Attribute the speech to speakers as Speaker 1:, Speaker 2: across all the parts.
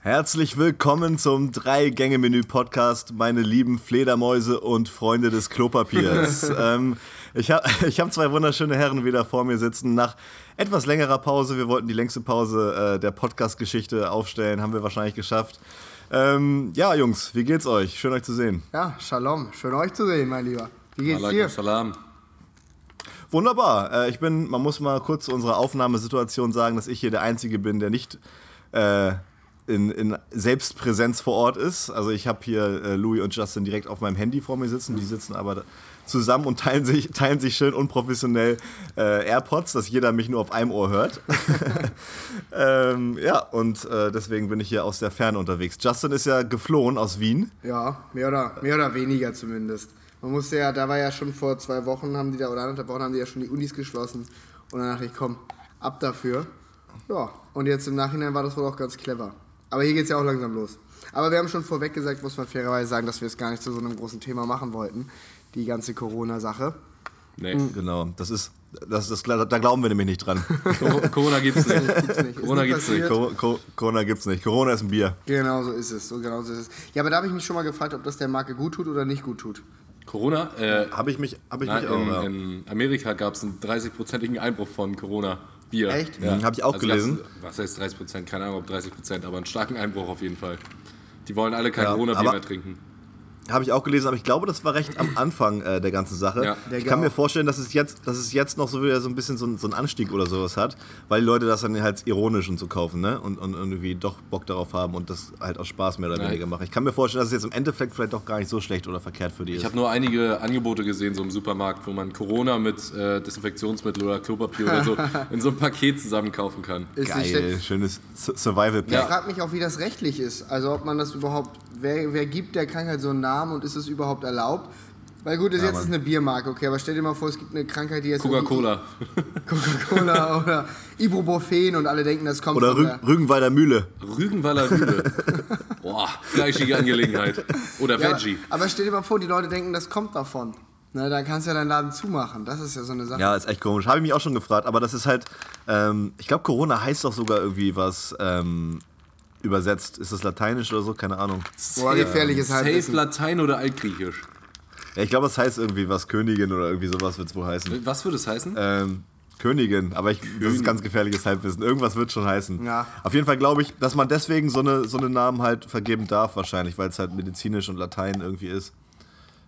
Speaker 1: Herzlich willkommen zum Drei-Gänge-Menü-Podcast, meine lieben Fledermäuse und Freunde des Klopapiers. ähm, ich habe ich hab zwei wunderschöne Herren wieder vor mir sitzen. Nach etwas längerer Pause, wir wollten die längste Pause äh, der Podcast-Geschichte aufstellen, haben wir wahrscheinlich geschafft. Ähm, ja, Jungs, wie geht's euch? Schön euch zu sehen.
Speaker 2: Ja, Shalom. Schön euch zu sehen, mein Lieber. Wie geht's dir?
Speaker 3: Salam.
Speaker 1: Wunderbar. Äh, ich bin, man muss mal kurz zu unserer Aufnahmesituation sagen, dass ich hier der Einzige bin, der nicht äh, in, in Selbstpräsenz vor Ort ist. Also ich habe hier äh, Louis und Justin direkt auf meinem Handy vor mir sitzen. Die sitzen aber da- zusammen und teilen sich, teilen sich schön unprofessionell äh, AirPods, dass jeder mich nur auf einem Ohr hört. ähm, ja, und äh, deswegen bin ich hier aus der Ferne unterwegs. Justin ist ja geflohen aus Wien.
Speaker 2: Ja, mehr oder, mehr oder weniger zumindest. Man musste ja, da war ja schon vor zwei Wochen, haben die da, oder anderthalb Wochen haben die ja schon die Unis geschlossen. Und dann dachte ich, komm, ab dafür. Ja, und jetzt im Nachhinein war das wohl auch ganz clever. Aber hier geht's ja auch langsam los. Aber wir haben schon vorweg gesagt, muss man fairerweise sagen, dass wir es gar nicht zu so einem großen Thema machen wollten. Die ganze Corona-Sache.
Speaker 3: Nee,
Speaker 1: Genau, das ist, das, das, da glauben wir nämlich nicht dran.
Speaker 3: Cor- Corona gibt's nicht.
Speaker 2: Gibt's nicht. Ist
Speaker 3: Corona
Speaker 2: nicht
Speaker 3: gibt's nicht.
Speaker 2: passiert.
Speaker 1: Cor Cor Corona gibt's nicht. Corona ist ein Bier.
Speaker 2: Genau so ist es. So genau so ist es. Ja, aber da habe ich mich schon mal gefragt, ob das der Marke gut tut oder nicht gut tut.
Speaker 3: Corona? Äh,
Speaker 1: Habe ich mich, hab ich
Speaker 3: nein,
Speaker 1: mich auch. ja.
Speaker 3: in, in Amerika gab es einen 30-prozentigen Einbruch von Corona-Bier.
Speaker 2: Echt?
Speaker 1: Mhm, hab ich auch
Speaker 3: Also das-
Speaker 1: gelesen.
Speaker 3: was heißt 30 Prozent? Keine Ahnung, ob 30 Prozent, aber einen starken Einbruch auf jeden Fall. Die wollen alle kein
Speaker 1: Ja,
Speaker 3: Corona-Bier
Speaker 1: aber-
Speaker 3: mehr trinken.
Speaker 1: Habe ich auch gelesen, aber ich glaube, das war recht am Anfang äh, der ganzen Sache.
Speaker 3: Ja.
Speaker 1: ich
Speaker 2: Denke
Speaker 1: kann mir
Speaker 2: auch.
Speaker 1: vorstellen, dass es jetzt, dass es jetzt noch so wieder so ein bisschen so, ein- so einen Anstieg oder sowas hat, weil die Leute das dann halt ironisch und so kaufen, ne? Und, und irgendwie doch Bock darauf haben und das halt aus Spaß mehr oder
Speaker 3: Ja.
Speaker 1: weniger machen. Ich kann mir vorstellen, dass es jetzt im Endeffekt vielleicht doch gar nicht so schlecht oder verkehrt für die
Speaker 3: Ich
Speaker 1: ist.
Speaker 3: habe nur einige Angebote gesehen, so im Supermarkt, wo man Corona mit äh, Desinfektionsmittel oder Klopapier oder so in so ein Paket zusammen kaufen kann.
Speaker 2: Ist nicht schlecht.
Speaker 1: Geil, schönes Su- Survival-Pack.
Speaker 3: Ja.
Speaker 2: Ich frage mich auch, wie das rechtlich ist. Also ob man das überhaupt, wer, wer gibt der Krankheit so einen Namen und ist es überhaupt erlaubt? Weil gut, ist jetzt
Speaker 1: Mann.
Speaker 2: ist eine Biermarke, okay, aber stell dir mal vor, es gibt eine Krankheit, die jetzt
Speaker 3: Coca-Cola.
Speaker 2: irgendwie Coca-Cola oder Ibuprofen und alle denken, das kommt
Speaker 1: Oder
Speaker 2: von
Speaker 1: Rü
Speaker 2: der.
Speaker 1: Rügenwalder Mühle.
Speaker 3: Rügenwaller Mühle. Boah, fleischige Angelegenheit. Oder
Speaker 2: Ja, aber,
Speaker 3: Veggie.
Speaker 2: aber stell dir mal vor, die Leute denken, das kommt davon. Na, dann kannst du ja deinen Laden zumachen. Das ist ja so eine Sache.
Speaker 1: Ja, ist echt komisch. Habe ich mich auch schon gefragt, aber das ist halt, ähm, ich glaube, Corona heißt doch sogar irgendwie was ähm, übersetzt. Ist das Lateinisch oder so? Keine Ahnung.
Speaker 2: Boah, gefährliches
Speaker 3: Safe
Speaker 2: Halbwissen.
Speaker 3: Latein oder Altgriechisch?
Speaker 1: Ja, ich glaube, es heißt irgendwie was Königin oder irgendwie sowas wird es wohl heißen.
Speaker 3: Was würde es
Speaker 2: Äh.
Speaker 3: heißen?
Speaker 1: Ähm, Königin, aber ich, das ist ganz gefährliches Halbwissen. Irgendwas wird schon heißen.
Speaker 2: Ja.
Speaker 1: Auf jeden Fall glaube ich, dass man deswegen so eine, so eine Namen halt vergeben darf, wahrscheinlich, weil es halt medizinisch und Latein irgendwie ist.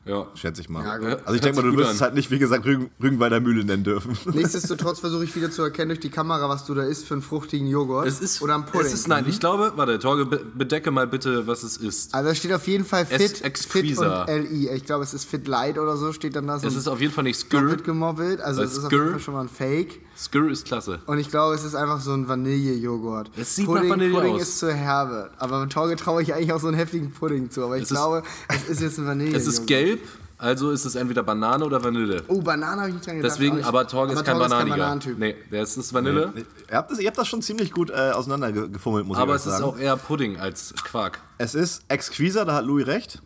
Speaker 3: Ja.
Speaker 1: Schätze ich mal.
Speaker 2: Ja, gut.
Speaker 1: also ich
Speaker 3: Hört
Speaker 1: denke mal,
Speaker 3: sich
Speaker 1: du
Speaker 3: gut
Speaker 1: wirst
Speaker 3: an.
Speaker 1: es halt nicht, wie gesagt, Rügen, Rügenwalder Mühle nennen dürfen.
Speaker 2: Nichtsdestotrotz versuche ich wieder zu erkennen durch die Kamera, was du da isst für einen fruchtigen Joghurt
Speaker 3: Es ist,
Speaker 2: oder einen Pudding. Mhm.
Speaker 3: Es ist, nein, ich glaube, warte, Torge, be- bedecke mal bitte, was es ist.
Speaker 2: Also da steht auf jeden Fall
Speaker 3: Es
Speaker 2: Fit, Fit
Speaker 3: exquisa.
Speaker 2: und LI. Ich glaube, es ist Fit Light oder so, steht dann da so.
Speaker 3: Es
Speaker 2: ein
Speaker 3: ist auf jeden Fall nicht
Speaker 2: Dann
Speaker 3: Skir.
Speaker 2: wird gemobbelt, also
Speaker 3: Als
Speaker 2: es ist auf jeden
Speaker 3: Girl.
Speaker 2: Fall schon mal ein Fake.
Speaker 3: Skir ist klasse.
Speaker 2: Und ich glaube, es ist einfach so ein Vanillejoghurt.
Speaker 3: Es sieht nach
Speaker 2: Pudding,
Speaker 3: Vanille
Speaker 2: Pudding
Speaker 3: aus.
Speaker 2: ist zu herbe. Aber Torge traue ich eigentlich auch so einen heftigen Pudding zu. Aber ich
Speaker 3: Es ist-
Speaker 2: glaube, es ist jetzt ein Vanillejoghurt.
Speaker 3: Es ist gelb, also ist es entweder Banane oder Vanille.
Speaker 2: Oh, Banane habe ich nicht dran gedacht.
Speaker 3: Deswegen, aber Torge ist kein Bananiger.
Speaker 2: Bananentyp.
Speaker 3: Nee, der ist, ist Vanille,
Speaker 1: ihr, habt das, ihr habt das schon ziemlich gut äh, auseinandergefummelt, muss
Speaker 3: aber
Speaker 1: ich
Speaker 3: es
Speaker 1: sagen.
Speaker 3: ist auch eher Pudding als Quark.
Speaker 1: Es ist Exquisa, da hat Louis recht.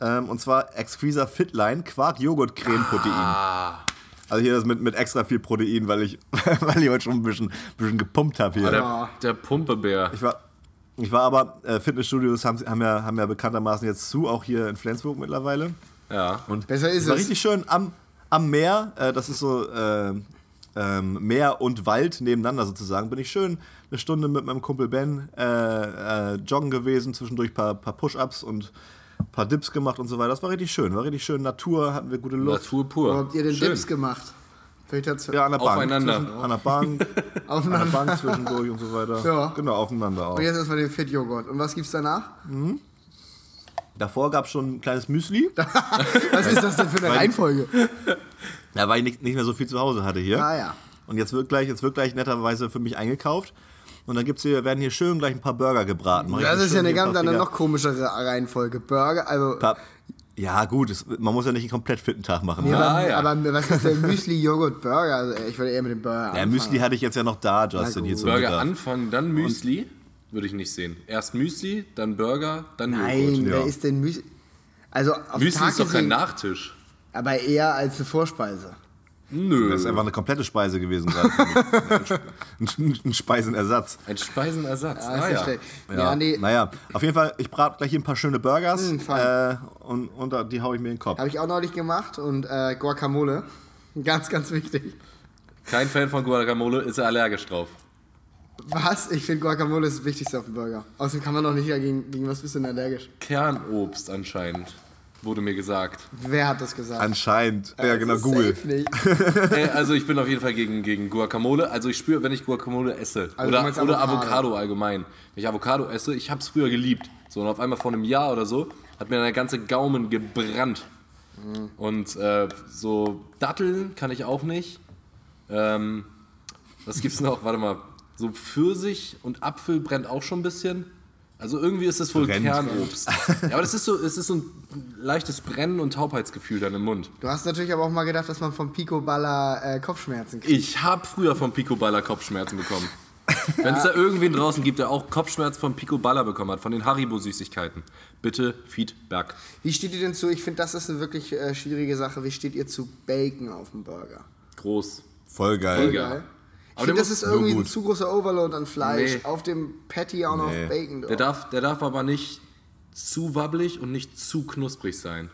Speaker 1: Ähm, und zwar Exquisa Fitline Quark Joghurt Creme Protein. Also hier das mit, mit extra viel Protein, weil ich, weil ich heute schon ein bisschen, bisschen gepumpt habe hier.
Speaker 3: Der, der Pumpebär.
Speaker 1: Ich war, ich war aber, äh, Fitnessstudios haben, haben, ja, haben ja bekanntermaßen jetzt zu, auch hier in Flensburg mittlerweile.
Speaker 3: Ja.
Speaker 1: Und
Speaker 2: Besser ist
Speaker 1: es war
Speaker 2: es.
Speaker 1: richtig schön am, am Meer, äh, das ist so äh, ähm, Meer und Wald nebeneinander sozusagen, bin ich schön eine Stunde mit meinem Kumpel Ben äh, äh, joggen gewesen, zwischendurch ein paar, paar Push-Ups und ein paar Dips gemacht und so weiter. Das war richtig schön, war richtig schön. Natur, hatten wir gute Luft.
Speaker 3: Natur pur.
Speaker 2: Wo habt ihr den
Speaker 3: Schön.
Speaker 2: Dips gemacht? Vielleicht hat's
Speaker 1: Ja, an der Bank.
Speaker 3: Aufeinander.
Speaker 1: Zwischen, an der Bank, an der
Speaker 2: aufeinander.
Speaker 1: Bank zwischendurch und so weiter.
Speaker 2: Ja.
Speaker 1: Genau, aufeinander auch.
Speaker 2: Und jetzt erstmal den Fit-Joghurt. Und was gibt's danach?
Speaker 1: Davor gab es schon ein kleines Müsli,
Speaker 2: Was ist das denn für eine Reihenfolge?
Speaker 1: da weil ich nicht, nicht mehr so viel zu Hause hatte hier.
Speaker 2: Ah ja.
Speaker 1: Und jetzt wird gleich, jetzt wird gleich netterweise für mich eingekauft. Und dann gibt's hier, werden hier schön gleich ein paar Burger gebraten. Mach ich
Speaker 2: Das
Speaker 1: mir
Speaker 2: ist
Speaker 1: schön
Speaker 2: ja eine
Speaker 1: hier
Speaker 2: ganz
Speaker 1: paar
Speaker 2: andere,
Speaker 1: Finger-
Speaker 2: noch komischere Reihenfolge. Burger, also
Speaker 1: paar- Ja, gut, es, man muss ja nicht einen komplett fitten Tag machen.
Speaker 2: Ja,
Speaker 1: Ne?
Speaker 3: Ah,
Speaker 2: aber,
Speaker 3: ja.
Speaker 2: aber was ist der Müsli-Joghurt-Burger? Also, ey, ich würde eher mit dem Burger.
Speaker 1: Ja,
Speaker 2: anfangen.
Speaker 1: Müsli hatte ich jetzt ja noch da, Justin, hier zum
Speaker 3: Burger
Speaker 1: Mittag.
Speaker 3: anfangen, dann Müsli. Würde ich nicht sehen. Erst Müsli, dann Burger, dann
Speaker 2: Nein,
Speaker 3: Joghurt.
Speaker 2: wer
Speaker 1: ja.
Speaker 2: ist denn Müsli? Also auf
Speaker 3: Oh Müsli
Speaker 2: Tag
Speaker 3: ist doch kein
Speaker 2: gesehen,
Speaker 3: Nachtisch.
Speaker 2: Aber eher als eine Vorspeise.
Speaker 3: Nö.
Speaker 1: Das ist einfach eine komplette Speise gewesen gerade. für mich. ein, ein, ein Speisenersatz.
Speaker 3: Ein Speisenersatz.
Speaker 2: Ah, ist
Speaker 3: Ah,
Speaker 2: ja
Speaker 3: ja.
Speaker 2: schlecht. Ja, nee, Hm,
Speaker 1: Naja, auf jeden Fall, ich brate gleich hier ein paar schöne Burgers äh,
Speaker 2: fein.
Speaker 1: und, und da- die haue ich mir in den Kopf.
Speaker 2: habe ich auch neulich gemacht und äh, Guacamole. Ganz, ganz wichtig.
Speaker 3: Kein Fan von Guacamole, ist er allergisch drauf.
Speaker 2: Was? Ich finde Guacamole ist das Wichtigste auf dem Burger. Außerdem kann man doch nicht dagegen, gegen was bist du denn allergisch?
Speaker 3: Kernobst anscheinend, wurde mir gesagt.
Speaker 2: Wer hat das gesagt? Äh,
Speaker 1: Anscheinend. ja, genau,
Speaker 2: Safe
Speaker 1: Google.
Speaker 2: Nicht.
Speaker 3: Ey, also ich bin auf jeden Fall gegen, gegen Guacamole. Also ich spüre, wenn ich Guacamole esse
Speaker 2: Also du
Speaker 3: oder,
Speaker 2: meinst
Speaker 3: oder
Speaker 2: Avocado.
Speaker 3: Avocado. allgemein. Wenn ich Avocado esse, ich habe es früher geliebt. So und auf einmal vor einem Jahr oder so hat mir der ganze Gaumen gebrannt.
Speaker 2: Mhm.
Speaker 3: Und äh, so Datteln kann ich auch nicht. Ähm, was gibt's noch? Warte mal. So Pfirsich und Apfel brennt auch schon ein bisschen. Also irgendwie ist das wohl
Speaker 1: Brennt.
Speaker 3: Kernobst. Ja, aber das ist so, es ist so ein leichtes Brennen und Taubheitsgefühl dann im Mund.
Speaker 2: Du hast natürlich aber auch mal gedacht, dass man vom Pico Baller äh, Kopfschmerzen kriegt.
Speaker 3: Ich habe früher vom Picoballer Kopfschmerzen bekommen. Wenn es da irgendwen draußen gibt, der auch Kopfschmerzen vom Picoballer bekommen hat, von den Haribo-Süßigkeiten, bitte Feedback.
Speaker 2: Wie steht ihr denn zu? Ich finde, das ist eine wirklich äh, schwierige Sache. Wie steht ihr zu Bacon auf dem Burger?
Speaker 3: Groß.
Speaker 1: Voll
Speaker 3: Voll
Speaker 1: geil.
Speaker 3: geil.
Speaker 2: Geil. Ich
Speaker 3: Aber der
Speaker 2: finde, das
Speaker 3: muss
Speaker 2: ist irgendwie ein
Speaker 1: gut.
Speaker 2: zu großer Overload an Fleisch.
Speaker 3: Nee.
Speaker 2: Auf dem Patty auch noch
Speaker 1: Nee.
Speaker 2: Bacon
Speaker 3: Der
Speaker 2: drauf.
Speaker 3: darf, der darf aber nicht zu wabbelig und nicht zu knusprig sein.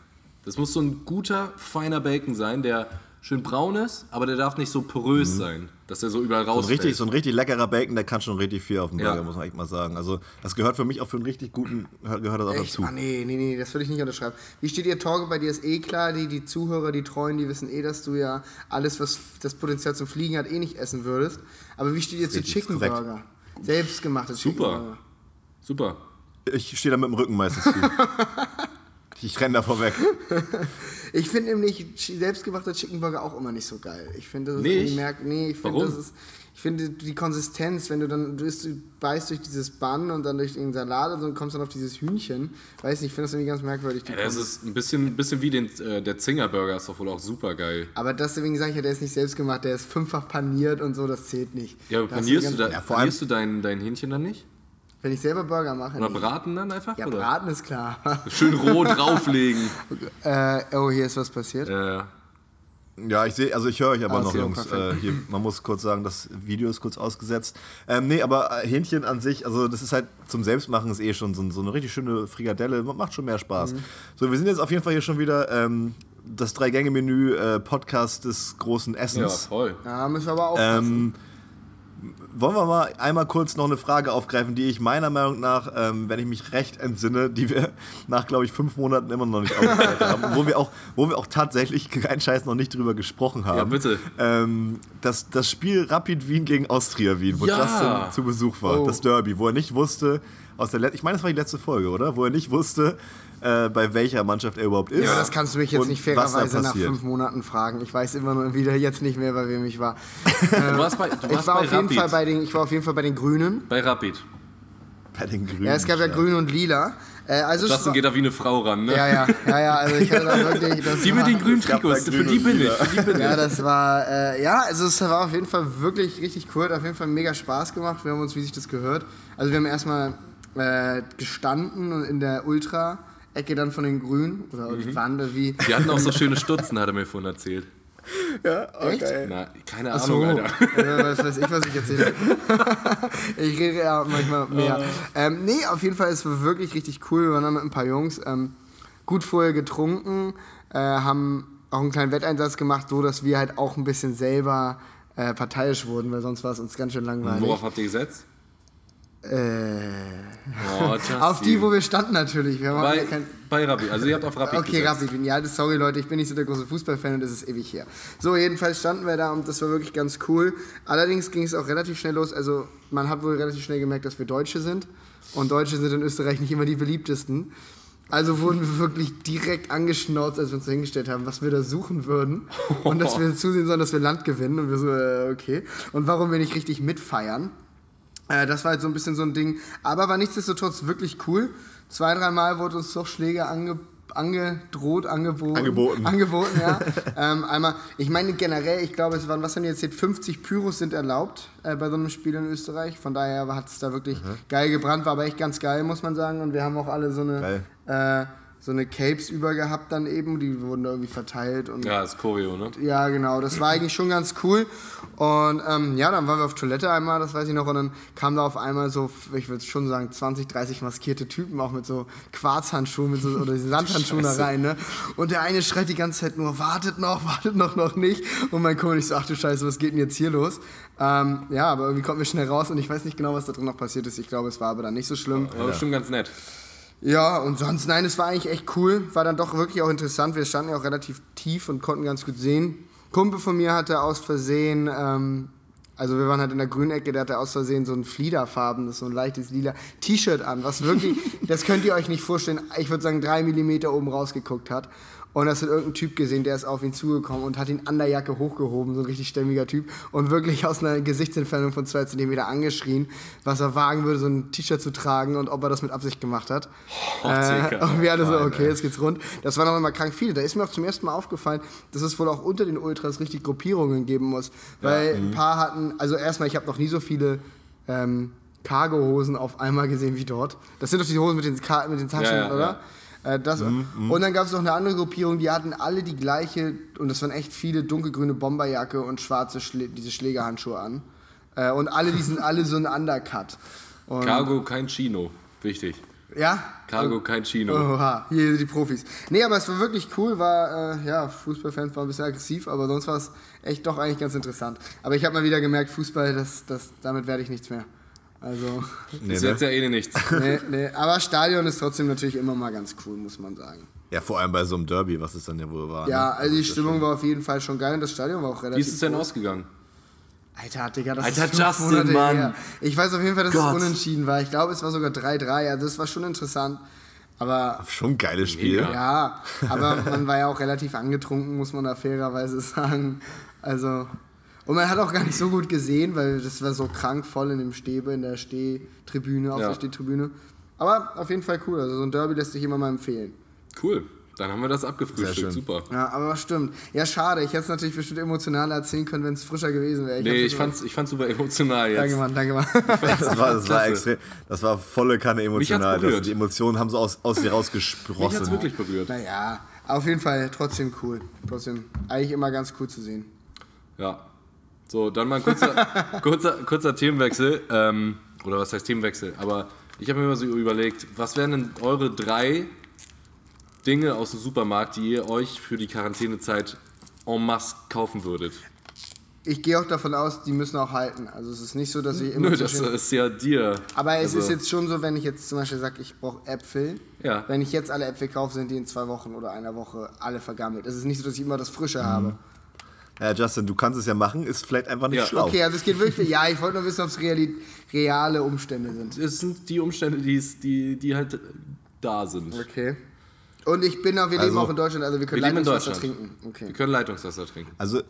Speaker 3: Das muss so ein guter, feiner Bacon sein, der schön braun ist, aber der darf nicht so porös sein, dass der so überall
Speaker 1: So ein
Speaker 3: rausfällt.
Speaker 1: Richtig, so ein richtig leckerer Bacon, der kann schon richtig viel auf dem
Speaker 3: Ja.
Speaker 1: Burger, muss man echt mal sagen. Also, das gehört für mich auch für einen richtig guten, gehört das auch
Speaker 2: Echt?
Speaker 1: dazu.
Speaker 2: Ah, nee, nee, nee, das würde ich nicht unterschreiben. Wie steht ihr, Torge? Bei dir ist eh klar, die, die Zuhörer, die Treuen, die wissen eh, dass du ja alles, was das Potenzial zum Fliegen hat, eh nicht essen würdest. Aber wie steht ihr zu
Speaker 1: richtig,
Speaker 2: Chicken
Speaker 1: ist korrekt.
Speaker 2: Burger? Selbstgemachte Chicken
Speaker 3: Super.
Speaker 2: Burger.
Speaker 3: Super.
Speaker 1: Ich stehe da mit dem Rücken meistens zu. ich renne da vorweg.
Speaker 2: Ich finde nämlich chi- selbstgemachte Chicken Burger auch immer nicht so geil. Ich finde, das ist
Speaker 3: Nicht?
Speaker 2: irgendwie merk, nee, ich finde,
Speaker 3: Warum?
Speaker 2: das ist, ich finde die Konsistenz, wenn du dann du, isst, du beißt durch dieses Bann und dann durch den Salat und dann kommst dann auf dieses Hühnchen. Weiß nicht, ich finde das irgendwie ganz merkwürdig. Die
Speaker 3: Ja, das
Speaker 2: Konsistenz.
Speaker 3: ist ein bisschen, ein bisschen wie den, äh, der Zinger-Burger, ist doch wohl auch super geil.
Speaker 2: aber deswegen sage ich ja, der ist nicht selbstgemacht, der ist fünffach paniert und so, das zählt nicht.
Speaker 3: Ja, aber
Speaker 2: Das ist
Speaker 3: panierst du,
Speaker 2: ganz-
Speaker 3: da,
Speaker 1: Ja, vor allem-
Speaker 3: panierst du dein, dein Hähnchen dann nicht?
Speaker 2: Wenn ich selber Burger mache.
Speaker 3: Oder
Speaker 2: nee.
Speaker 3: braten dann einfach?
Speaker 2: Ja,
Speaker 3: oder?
Speaker 2: braten ist klar.
Speaker 3: Schön roh drauflegen.
Speaker 2: äh, oh, hier ist was passiert.
Speaker 3: äh,
Speaker 1: Ja, ich sehe, also ich höre euch aber
Speaker 2: Ah,
Speaker 1: noch,
Speaker 2: okay,
Speaker 1: Jungs. Äh,
Speaker 2: perfekt.
Speaker 1: hier, man muss kurz sagen, das Video ist kurz ausgesetzt. Ähm, nee, aber äh, Hähnchen an sich, also das ist halt zum Selbstmachen ist eh schon so, so eine richtig schöne Frikadelle, ma- macht schon mehr Spaß.
Speaker 2: Mhm.
Speaker 1: So, wir sind jetzt auf jeden Fall hier schon wieder ähm, das Drei-Gänge-Menü, äh, Podcast des großen
Speaker 3: ja,
Speaker 1: Essens.
Speaker 3: voll.
Speaker 2: Ja, müssen wir aber
Speaker 1: Ähm,
Speaker 2: aufpassen.
Speaker 1: Wollen wir mal einmal kurz noch eine Frage aufgreifen, die ich meiner Meinung nach, ähm, wenn ich mich recht entsinne, die wir nach, glaube ich, fünf Monaten immer noch nicht aufgeklärt haben, und wo wir auch, wo wir auch tatsächlich keinen Scheiß noch nicht drüber gesprochen haben.
Speaker 3: Ja, bitte.
Speaker 1: Ähm, das, das Spiel Rapid Wien gegen Austria Wien, wo
Speaker 3: Ja.
Speaker 1: Justin zu Besuch war,
Speaker 2: Oh.
Speaker 1: das Derby, wo er nicht wusste, aus der Let ich meine, das war die letzte Folge, oder? Wo er nicht wusste, äh, bei welcher Mannschaft er überhaupt ist.
Speaker 2: Ja, das kannst du mich jetzt
Speaker 1: und
Speaker 2: nicht
Speaker 1: was da
Speaker 2: fairerweise nach
Speaker 1: passiert.
Speaker 2: fünf Monaten fragen. Ich weiß immer nur wieder jetzt nicht mehr, bei wem ich war.
Speaker 3: Du warst bei, du warst
Speaker 2: Ich war,
Speaker 3: bei
Speaker 2: auf jeden
Speaker 3: Rapid.
Speaker 2: Fall bei den, ich war auf jeden Fall bei den Grünen.
Speaker 3: bei Rapid.
Speaker 1: Bei den Grünen.
Speaker 2: Ja, es gab ja Grün und Lila. Äh, also es
Speaker 3: Justin
Speaker 2: war-
Speaker 3: geht da wie eine Frau ran, ne?
Speaker 2: ja, ja, ja, ja, also ich hatte da wirklich. Das
Speaker 3: Die
Speaker 2: war,
Speaker 3: mit den grünen
Speaker 1: gab
Speaker 3: Trikots,
Speaker 1: da
Speaker 3: für
Speaker 1: grün
Speaker 3: die
Speaker 1: und
Speaker 3: bin ich.
Speaker 1: lila.
Speaker 3: Für die bin
Speaker 2: ja,
Speaker 3: ich.
Speaker 2: das war, äh, ja, also es war auf jeden Fall wirklich richtig cool, hat auf jeden Fall mega Spaß gemacht. Wir haben uns, wie sich das gehört, also wir haben erstmal äh, gestanden und in der Ultra-Ecke dann von den Grünen oder
Speaker 3: Mhm.
Speaker 2: die Wand, wie.
Speaker 3: Die hatten auch so schöne Stutzen, hat er mir vorhin erzählt.
Speaker 2: Echt?
Speaker 3: Na, keine
Speaker 2: Äh. Ach so.
Speaker 3: Ahnung, Alter.
Speaker 2: Äh, was weiß ich, was ich erzähle. ich rede ja manchmal
Speaker 3: Ah.
Speaker 2: mehr. Ähm, nee, auf jeden Fall, es war wirklich richtig cool. Wir waren da mit ein paar Jungs ähm, gut vorher getrunken, äh, haben auch einen kleinen Wetteinsatz gemacht, so dass wir halt auch ein bisschen selber äh, parteiisch wurden, weil sonst war es uns ganz schön langweilig.
Speaker 3: Worauf habt ihr gesetzt?
Speaker 2: Äh,
Speaker 3: Oh, Justin.
Speaker 2: auf die, wo wir standen natürlich. Wir haben auch
Speaker 3: bei,
Speaker 2: kein,
Speaker 3: bei Rapid. Also ihr habt auf Rapid
Speaker 2: Okay,
Speaker 3: gesetzt.
Speaker 2: Rapid Wien. Ja, das, sorry Leute, ich bin nicht so der große Fußballfan und das ist ewig her. So, jedenfalls standen wir da und das war wirklich ganz cool. Allerdings ging es auch relativ schnell los. Also man hat wohl relativ schnell gemerkt, dass wir Deutsche sind. Und Deutsche sind in Österreich nicht immer die beliebtesten. Also wurden wir wirklich direkt angeschnauzt, als wir uns da hingestellt haben, was wir da suchen würden. Und dass wir zusehen sollen, dass wir Land gewinnen. Und wir so, äh, okay. Und warum wir nicht richtig mitfeiern. Äh, das war halt so ein bisschen so ein Ding. Aber war nichtsdestotrotz wirklich cool. Zwei, dreimal wurde uns doch Schläge ange, angedroht, angeboten.
Speaker 1: Angeboten.
Speaker 2: Angeboten, ja. ähm, einmal, ich meine generell, ich glaube, es waren, was haben die jetzt hier, 50 Pyros sind erlaubt äh, bei so einem Spiel in Österreich. Von daher hat es da wirklich geil gebrannt, war aber echt ganz geil, muss man sagen. Und wir haben auch alle so eine
Speaker 1: Geil.
Speaker 2: äh, so eine Capes über gehabt dann eben, die wurden da irgendwie verteilt und
Speaker 3: Ja, ist Choreo, ne?
Speaker 2: ja, genau. Das war eigentlich schon ganz cool. Und ähm, ja, dann waren wir auf Toilette einmal, das weiß ich noch. Und dann kamen da auf einmal so, ich würde schon sagen, 20, 30 maskierte Typen, auch mit so Quarzhandschuhen mit so, oder diesen Sandhandschuhen da rein. Ne? Und der eine schreit die ganze Zeit nur, wartet noch, wartet noch, noch nicht. Und mein Kumpel, ich so, ach du Scheiße, was geht denn jetzt hier los? Ähm, ja, aber irgendwie kommen wir schnell raus und ich weiß nicht genau, was da drin noch passiert ist. Ich glaube, es war aber dann nicht so schlimm.
Speaker 3: Ja, bestimmt ganz nett.
Speaker 2: Ja, und sonst, nein, es war eigentlich echt cool. War dann doch wirklich auch interessant. Wir standen ja auch relativ tief und konnten ganz gut sehen. Kumpel von mir hatte aus Versehen, ähm, also wir waren halt in der Grünecke, der hatte aus Versehen so ein Fliederfarbenes, so ein leichtes lila T-Shirt an, was wirklich, das könnt ihr euch nicht vorstellen, ich würde sagen, drei Millimeter oben rausgeguckt hat. Und das hat irgendein Typ gesehen, der ist auf ihn zugekommen und hat ihn an der Jacke hochgehoben, so ein richtig stämmiger Typ, und wirklich aus einer Gesichtsentfernung von zwei Zentimeter angeschrien, was er wagen würde, so ein T-Shirt zu tragen und ob er das mit Absicht gemacht hat.
Speaker 3: Oh,
Speaker 2: äh,
Speaker 3: Dicker.
Speaker 2: und wir alle so, okay, jetzt geht's rund. Das waren auch immer krank viele. Da ist mir auch zum ersten Mal aufgefallen, dass es wohl auch unter den Ultras richtig Gruppierungen geben muss. Weil
Speaker 3: mhm.
Speaker 2: ein paar hatten, also erstmal, ich habe noch nie so viele ähm, Cargo-Hosen auf einmal gesehen wie dort. Das sind doch diese Hosen mit den, Ka mit den Taschen,
Speaker 3: Ja, ja,
Speaker 2: oder?
Speaker 3: ja.
Speaker 2: Äh, Das,
Speaker 3: Mhm,
Speaker 2: Und dann gab es noch eine andere Gruppierung, die hatten alle die gleiche, und das waren echt viele dunkelgrüne Bomberjacke und schwarze Schlä diese Schlägerhandschuhe an. Äh, Und alle, die sind alle so ein Undercut. Und, Oh.
Speaker 3: Cargo, kein Chino. Wichtig.
Speaker 2: ja?
Speaker 3: Cargo, kein Chino.
Speaker 2: Oha, hier sind die Profis. Nee, aber es war wirklich cool, war, äh, ja, Fußballfans waren ein bisschen aggressiv, aber sonst war es echt doch eigentlich ganz interessant. Aber ich habe mal wieder gemerkt, Fußball, das, das, damit werde ich nichts mehr. Also,
Speaker 3: Ist
Speaker 1: ne?
Speaker 3: jetzt ja eh nichts.
Speaker 2: nee, nee. Aber Stadion ist trotzdem natürlich immer mal ganz cool, muss man sagen.
Speaker 1: Ja, vor allem bei so einem Derby, was es dann ja wohl war.
Speaker 2: Ja,
Speaker 1: ne?
Speaker 2: also die Stimmung war auf jeden Fall schon geil und das Stadion war auch
Speaker 3: Wie ist es
Speaker 2: relativ.
Speaker 3: denn ausgegangen?
Speaker 2: Alter, Digga, das
Speaker 3: Alter,
Speaker 2: ist fünf
Speaker 3: Justin,
Speaker 2: Monate
Speaker 3: Mann.
Speaker 2: her. Ich weiß auf jeden Fall, dass
Speaker 3: Gott.
Speaker 2: es unentschieden war. Ich glaube, es war sogar 3-3, also das war schon interessant. Aber
Speaker 1: Schon ein geiles Spiel.
Speaker 3: Mega.
Speaker 2: Ja, aber man war ja auch relativ angetrunken, muss man da fairerweise sagen. Also, und man hat auch gar nicht so gut gesehen, weil das war so krank voll in dem Stäbe, in der Stehtribüne, auf
Speaker 3: Ja.
Speaker 2: der Stehtribüne. Aber auf jeden Fall cool. Also so ein Derby lässt sich immer mal empfehlen.
Speaker 3: Cool. Dann haben wir das
Speaker 1: Sehr schön.
Speaker 3: abgefrühstückt. Super.
Speaker 2: Ja, aber stimmt. Ja, schade. Ich hätte es natürlich bestimmt emotionaler erzählen können, wenn es frischer gewesen wäre.
Speaker 3: Nee,
Speaker 2: hab's
Speaker 3: ich
Speaker 2: immer-
Speaker 3: fand's, ich fand's super emotional jetzt.
Speaker 2: Danke, Mann, danke, Mann.
Speaker 1: Das war, das war
Speaker 3: Klasse.
Speaker 1: extrem. Das war volle Kanne emotional. Das,
Speaker 3: berührt.
Speaker 1: die Emotionen haben so aus, aus dir
Speaker 3: Mich hat's
Speaker 1: rausgesprossen.
Speaker 3: wirklich berührt.
Speaker 2: naja, auf jeden Fall trotzdem cool. Trotzdem eigentlich immer ganz cool zu sehen.
Speaker 3: Ja. So, dann mal ein kurzer, kurzer, kurzer Themenwechsel. Ähm, oder was heißt Themenwechsel? Aber ich habe mir immer so überlegt, was wären denn eure drei Dinge aus dem Supermarkt, die ihr euch für die Quarantänezeit en masse kaufen würdet?
Speaker 2: Ich gehe auch davon aus, die müssen auch halten. Also es ist nicht so, dass ich immer
Speaker 3: Nö,
Speaker 2: zwischen-
Speaker 3: das ist ja dir.
Speaker 2: Aber es
Speaker 3: Also-
Speaker 2: ist jetzt schon so, wenn ich jetzt zum Beispiel sage, ich brauche Äpfel.
Speaker 3: Ja.
Speaker 2: Wenn ich jetzt alle Äpfel kaufe, sind die in zwei Wochen oder einer Woche alle vergammelt. Es ist nicht so, dass ich immer das
Speaker 3: Mhm.
Speaker 2: Frische habe.
Speaker 1: Ja, Justin, du kannst es ja machen, ist vielleicht einfach nicht
Speaker 3: Ja.
Speaker 1: schlau.
Speaker 2: Okay, also es geht wirklich. Ja, ich wollte nur wissen, ob es reali- reale Umstände sind.
Speaker 3: Es sind die Umstände, die, es- die, die halt da sind.
Speaker 2: Okay. Und ich bin auch, wir leben
Speaker 1: Also,
Speaker 2: auch in Deutschland, also wir können
Speaker 3: wir leben in
Speaker 2: Leitungswasser
Speaker 3: Deutschland.
Speaker 2: trinken. Okay.
Speaker 3: Wir können Leitungswasser trinken.
Speaker 1: Also,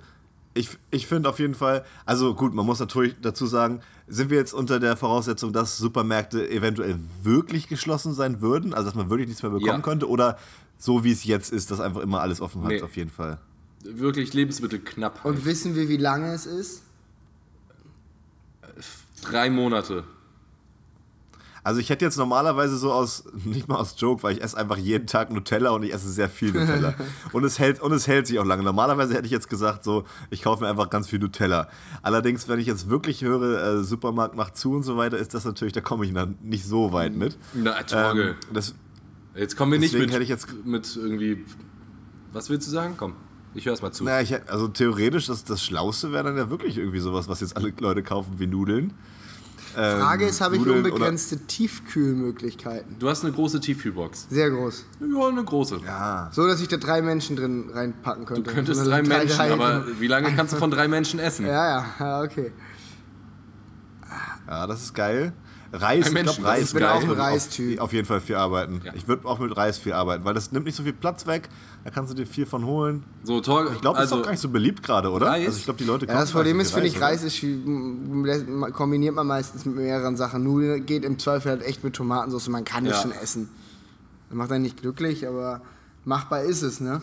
Speaker 1: ich, ich finde auf jeden Fall, also gut, man muss natürlich dazu sagen, sind wir jetzt unter der Voraussetzung, dass Supermärkte eventuell wirklich geschlossen sein würden, also dass man wirklich nichts mehr bekommen
Speaker 3: Ja.
Speaker 1: könnte, oder so wie es jetzt ist, dass einfach immer alles offen hat,
Speaker 3: Nee.
Speaker 1: auf jeden Fall.
Speaker 3: Wirklich Lebensmittel knapp.
Speaker 2: Und wissen wir, wie lange es ist?
Speaker 3: Ähm, drei Monate.
Speaker 1: Also ich hätte jetzt normalerweise so aus, nicht mal aus Joke, weil ich esse einfach jeden Tag Nutella und ich esse sehr viel Nutella. und, es hält, und es hält sich auch lange. Normalerweise hätte ich jetzt gesagt, so, ich kaufe mir einfach ganz viel Nutella. Allerdings, wenn ich jetzt wirklich höre, äh, Supermarkt macht zu und so weiter, ist das natürlich, da komme ich dann nicht so weit mit.
Speaker 3: Na, Torge.
Speaker 1: Ähm, das,
Speaker 3: Jetzt kommen wir nicht
Speaker 1: Deswegen
Speaker 3: mit,
Speaker 1: hätte ich jetzt-
Speaker 3: mit irgendwie. Was willst du sagen? Komm, ich höre es mal zu.
Speaker 1: naja, ich, hätte- also theoretisch, das, das Schlauste wäre dann ja wirklich irgendwie sowas, was jetzt alle Leute kaufen wie Nudeln. Ähm,
Speaker 2: Frage ist, habe ich
Speaker 1: Nudeln
Speaker 2: unbegrenzte Tiefkühlmöglichkeiten?
Speaker 3: Du hast eine große Tiefkühlbox.
Speaker 2: Sehr groß.
Speaker 3: Ja, eine große.
Speaker 1: Oder, ah,
Speaker 2: So, dass ich da drei Menschen drin reinpacken könnte.
Speaker 3: Du könntest
Speaker 2: Also
Speaker 3: drei Menschen,
Speaker 2: drei-
Speaker 3: aber wie lange kannst du von drei Menschen essen?
Speaker 2: Ja, ja, ja, okay.
Speaker 1: ja, das ist geil.
Speaker 3: Ein
Speaker 1: Reis, ich
Speaker 3: Mensch,
Speaker 1: glaube,
Speaker 3: das
Speaker 1: Reis.
Speaker 3: ist geil.
Speaker 1: würde
Speaker 3: Ich bin auch ein
Speaker 1: auf-
Speaker 2: Reistyp.
Speaker 1: Auf jeden Fall viel arbeiten.
Speaker 3: Ja.
Speaker 1: Ich würde auch mit Reis viel arbeiten, weil das nimmt nicht so viel Platz weg. Da kannst du dir viel von holen.
Speaker 3: So, Torge,
Speaker 1: Ich glaube, das ist
Speaker 3: also,
Speaker 1: auch gar nicht so beliebt gerade, oder?
Speaker 3: Reis?
Speaker 1: Also ich glaube, die Leute
Speaker 2: Ja, das
Speaker 1: kaufen
Speaker 2: Problem
Speaker 1: gar nicht
Speaker 2: ist,
Speaker 1: so
Speaker 2: finde
Speaker 1: viel
Speaker 2: ich,
Speaker 1: oder?
Speaker 2: Reis ist, wie- m- m- kombiniert man meistens mit mehreren Sachen. Nudeln geht im Zweifel halt echt mit Tomatensauce. Man kann das
Speaker 3: Ja.
Speaker 2: schon essen. Das macht einen nicht glücklich, aber machbar ist es, ne?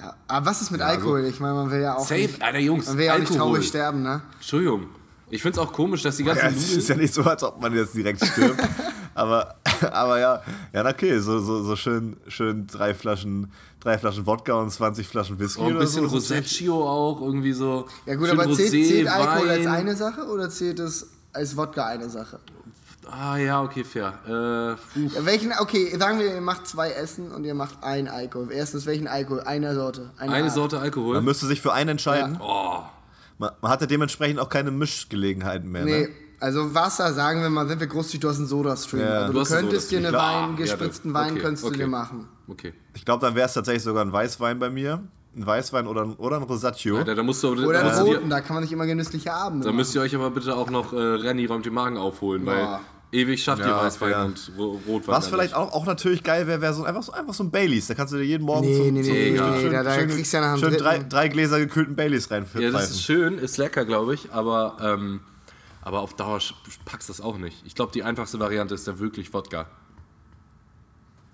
Speaker 2: Ja, aber was ist mit Alkohol? ich meine, man will ja auch
Speaker 3: also safe,
Speaker 2: nicht,
Speaker 3: Alter Jungs,
Speaker 2: man will ja auch nicht
Speaker 3: Alkohol.
Speaker 2: traurig sterben, ne?
Speaker 3: Entschuldigung. Ich finde es auch komisch, dass die ganzen
Speaker 1: Oh Ja, es
Speaker 3: Nudeln.
Speaker 1: ist ja nicht so, als ob man jetzt direkt stirbt. aber Aber ja, ja, okay, so, so, so schön, schön drei Flaschen, drei Flaschen Wodka und 20 Flaschen Whisky.
Speaker 3: Oh, ein bisschen
Speaker 1: oder so.
Speaker 3: Roseggio auch, irgendwie so.
Speaker 2: Ja gut,
Speaker 3: schön
Speaker 2: aber zählt,
Speaker 3: Rosé,
Speaker 2: zählt Alkohol als
Speaker 3: Wein.
Speaker 2: eine Sache oder zählt es als Wodka eine Sache?
Speaker 3: Ah ja, okay, fair. Äh, uff.
Speaker 2: Ja, welchen, okay, sagen wir, ihr macht zwei Essen und ihr macht einen Alkohol. Erstens, welchen Alkohol? Einer Sorte.
Speaker 3: Eine
Speaker 2: Art.
Speaker 3: Sorte Alkohol.
Speaker 1: Man müsste sich für einen entscheiden.
Speaker 3: oh,
Speaker 1: Man, man hatte dementsprechend auch keine Mischgelegenheiten mehr.
Speaker 2: Nee,
Speaker 1: Ne?
Speaker 2: also Wasser, sagen wir mal, sind wir großzügig, du hast einen Soda-Stream.
Speaker 1: Ja.
Speaker 2: Also
Speaker 1: Du
Speaker 2: du,
Speaker 3: hast einen
Speaker 2: könntest dir einen
Speaker 3: Soda-Stream. Ah,
Speaker 2: Wein, gespritzten
Speaker 3: ja, du-
Speaker 2: Wein
Speaker 3: okay,
Speaker 2: könntest
Speaker 3: okay.
Speaker 2: du dir machen.
Speaker 3: okay.
Speaker 1: Ich glaube, dann wäre es tatsächlich sogar ein Weißwein bei mir. Ein Weißwein oder ein, oder ein Rosaccio.
Speaker 3: Da, da musst du,
Speaker 2: Oder
Speaker 3: da,
Speaker 2: einen
Speaker 3: musst
Speaker 2: roten,
Speaker 3: ihr,
Speaker 2: da kann man sich immer genüssliche Abende
Speaker 3: da
Speaker 2: machen.
Speaker 3: müsst ihr euch aber bitte auch noch äh, Renny räumt den Magen aufholen, weil
Speaker 2: Ja.
Speaker 3: ewig schafft ihr
Speaker 1: Ja,
Speaker 3: Weißwein
Speaker 1: fair.
Speaker 3: und Ro- Rotwein.
Speaker 1: Was
Speaker 3: gar
Speaker 1: vielleicht
Speaker 3: nicht.
Speaker 1: auch, auch natürlich geil wäre, wäre so ein, einfach, so, einfach so ein Baileys. Da kannst du dir jeden Morgen
Speaker 2: Nee,
Speaker 1: zum,
Speaker 2: nee, nee,
Speaker 1: zum
Speaker 2: nee,
Speaker 1: Frühstück
Speaker 2: nee, da- da kriegst du ja nach dem
Speaker 1: schön drei,
Speaker 2: dritten-
Speaker 1: drei Gläser gekühlten Baileys reinpfeifen.
Speaker 3: Ja, das ist schön, ist lecker, glaube ich, aber, ähm, aber auf Dauer sch- packst du das auch nicht. Ich glaube, die einfachste Variante ist ja wirklich Wodka.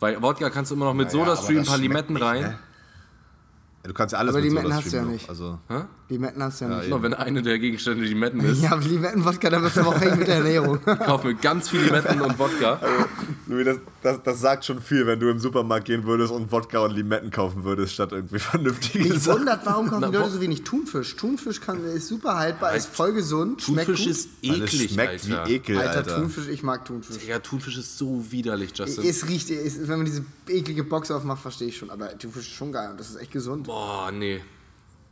Speaker 3: Weil Wodka kannst du immer noch mit
Speaker 1: Ja,
Speaker 3: Soda-Stream
Speaker 1: aber
Speaker 3: ein
Speaker 1: das
Speaker 3: paar
Speaker 1: schmeckt
Speaker 3: Limetten
Speaker 1: nicht,
Speaker 3: rein.
Speaker 1: ne? Ja, Du kannst ja alles
Speaker 2: Aber
Speaker 1: mit
Speaker 2: Limetten hast
Speaker 1: Soda-Stream
Speaker 2: du ja
Speaker 1: noch,
Speaker 2: nicht.
Speaker 1: Also,
Speaker 2: Limetten hast du ja nicht.
Speaker 3: Immer wenn eine der Gegenstände Limetten ist,
Speaker 2: Ja, aber Limetten-Wodka, da bist du aber auch hängen mit der Ernährung.
Speaker 3: kauf mir ganz viel Limetten und
Speaker 1: Also,
Speaker 3: Wodka.
Speaker 1: Louis, das, das, das sagt schon viel, wenn du im Supermarkt gehen würdest und Wodka und Limetten kaufen würdest, statt irgendwie vernünftige
Speaker 2: Mich
Speaker 1: Sachen.
Speaker 2: wundert, warum kaufen die
Speaker 3: Na,
Speaker 2: Leute
Speaker 3: wo-
Speaker 2: so wenig Thunfisch? Thunfisch kann, ist super haltbar, ist voll gesund, schmeckt
Speaker 3: Thunfisch
Speaker 2: gut.
Speaker 3: ist
Speaker 1: Weil es
Speaker 3: eklig,
Speaker 1: Also, schmeckt
Speaker 3: Alter.
Speaker 1: wie Ekel,
Speaker 2: Alter,
Speaker 1: Alter.
Speaker 2: Thunfisch, ich mag Thunfisch.
Speaker 3: Ja, Thunfisch ist so widerlich, Justin.
Speaker 2: Es riecht, es, wenn man diese eklige Box aufmacht, verstehe ich schon. Aber Thunfisch ist schon geil und das ist echt gesund.
Speaker 3: Boah, nee.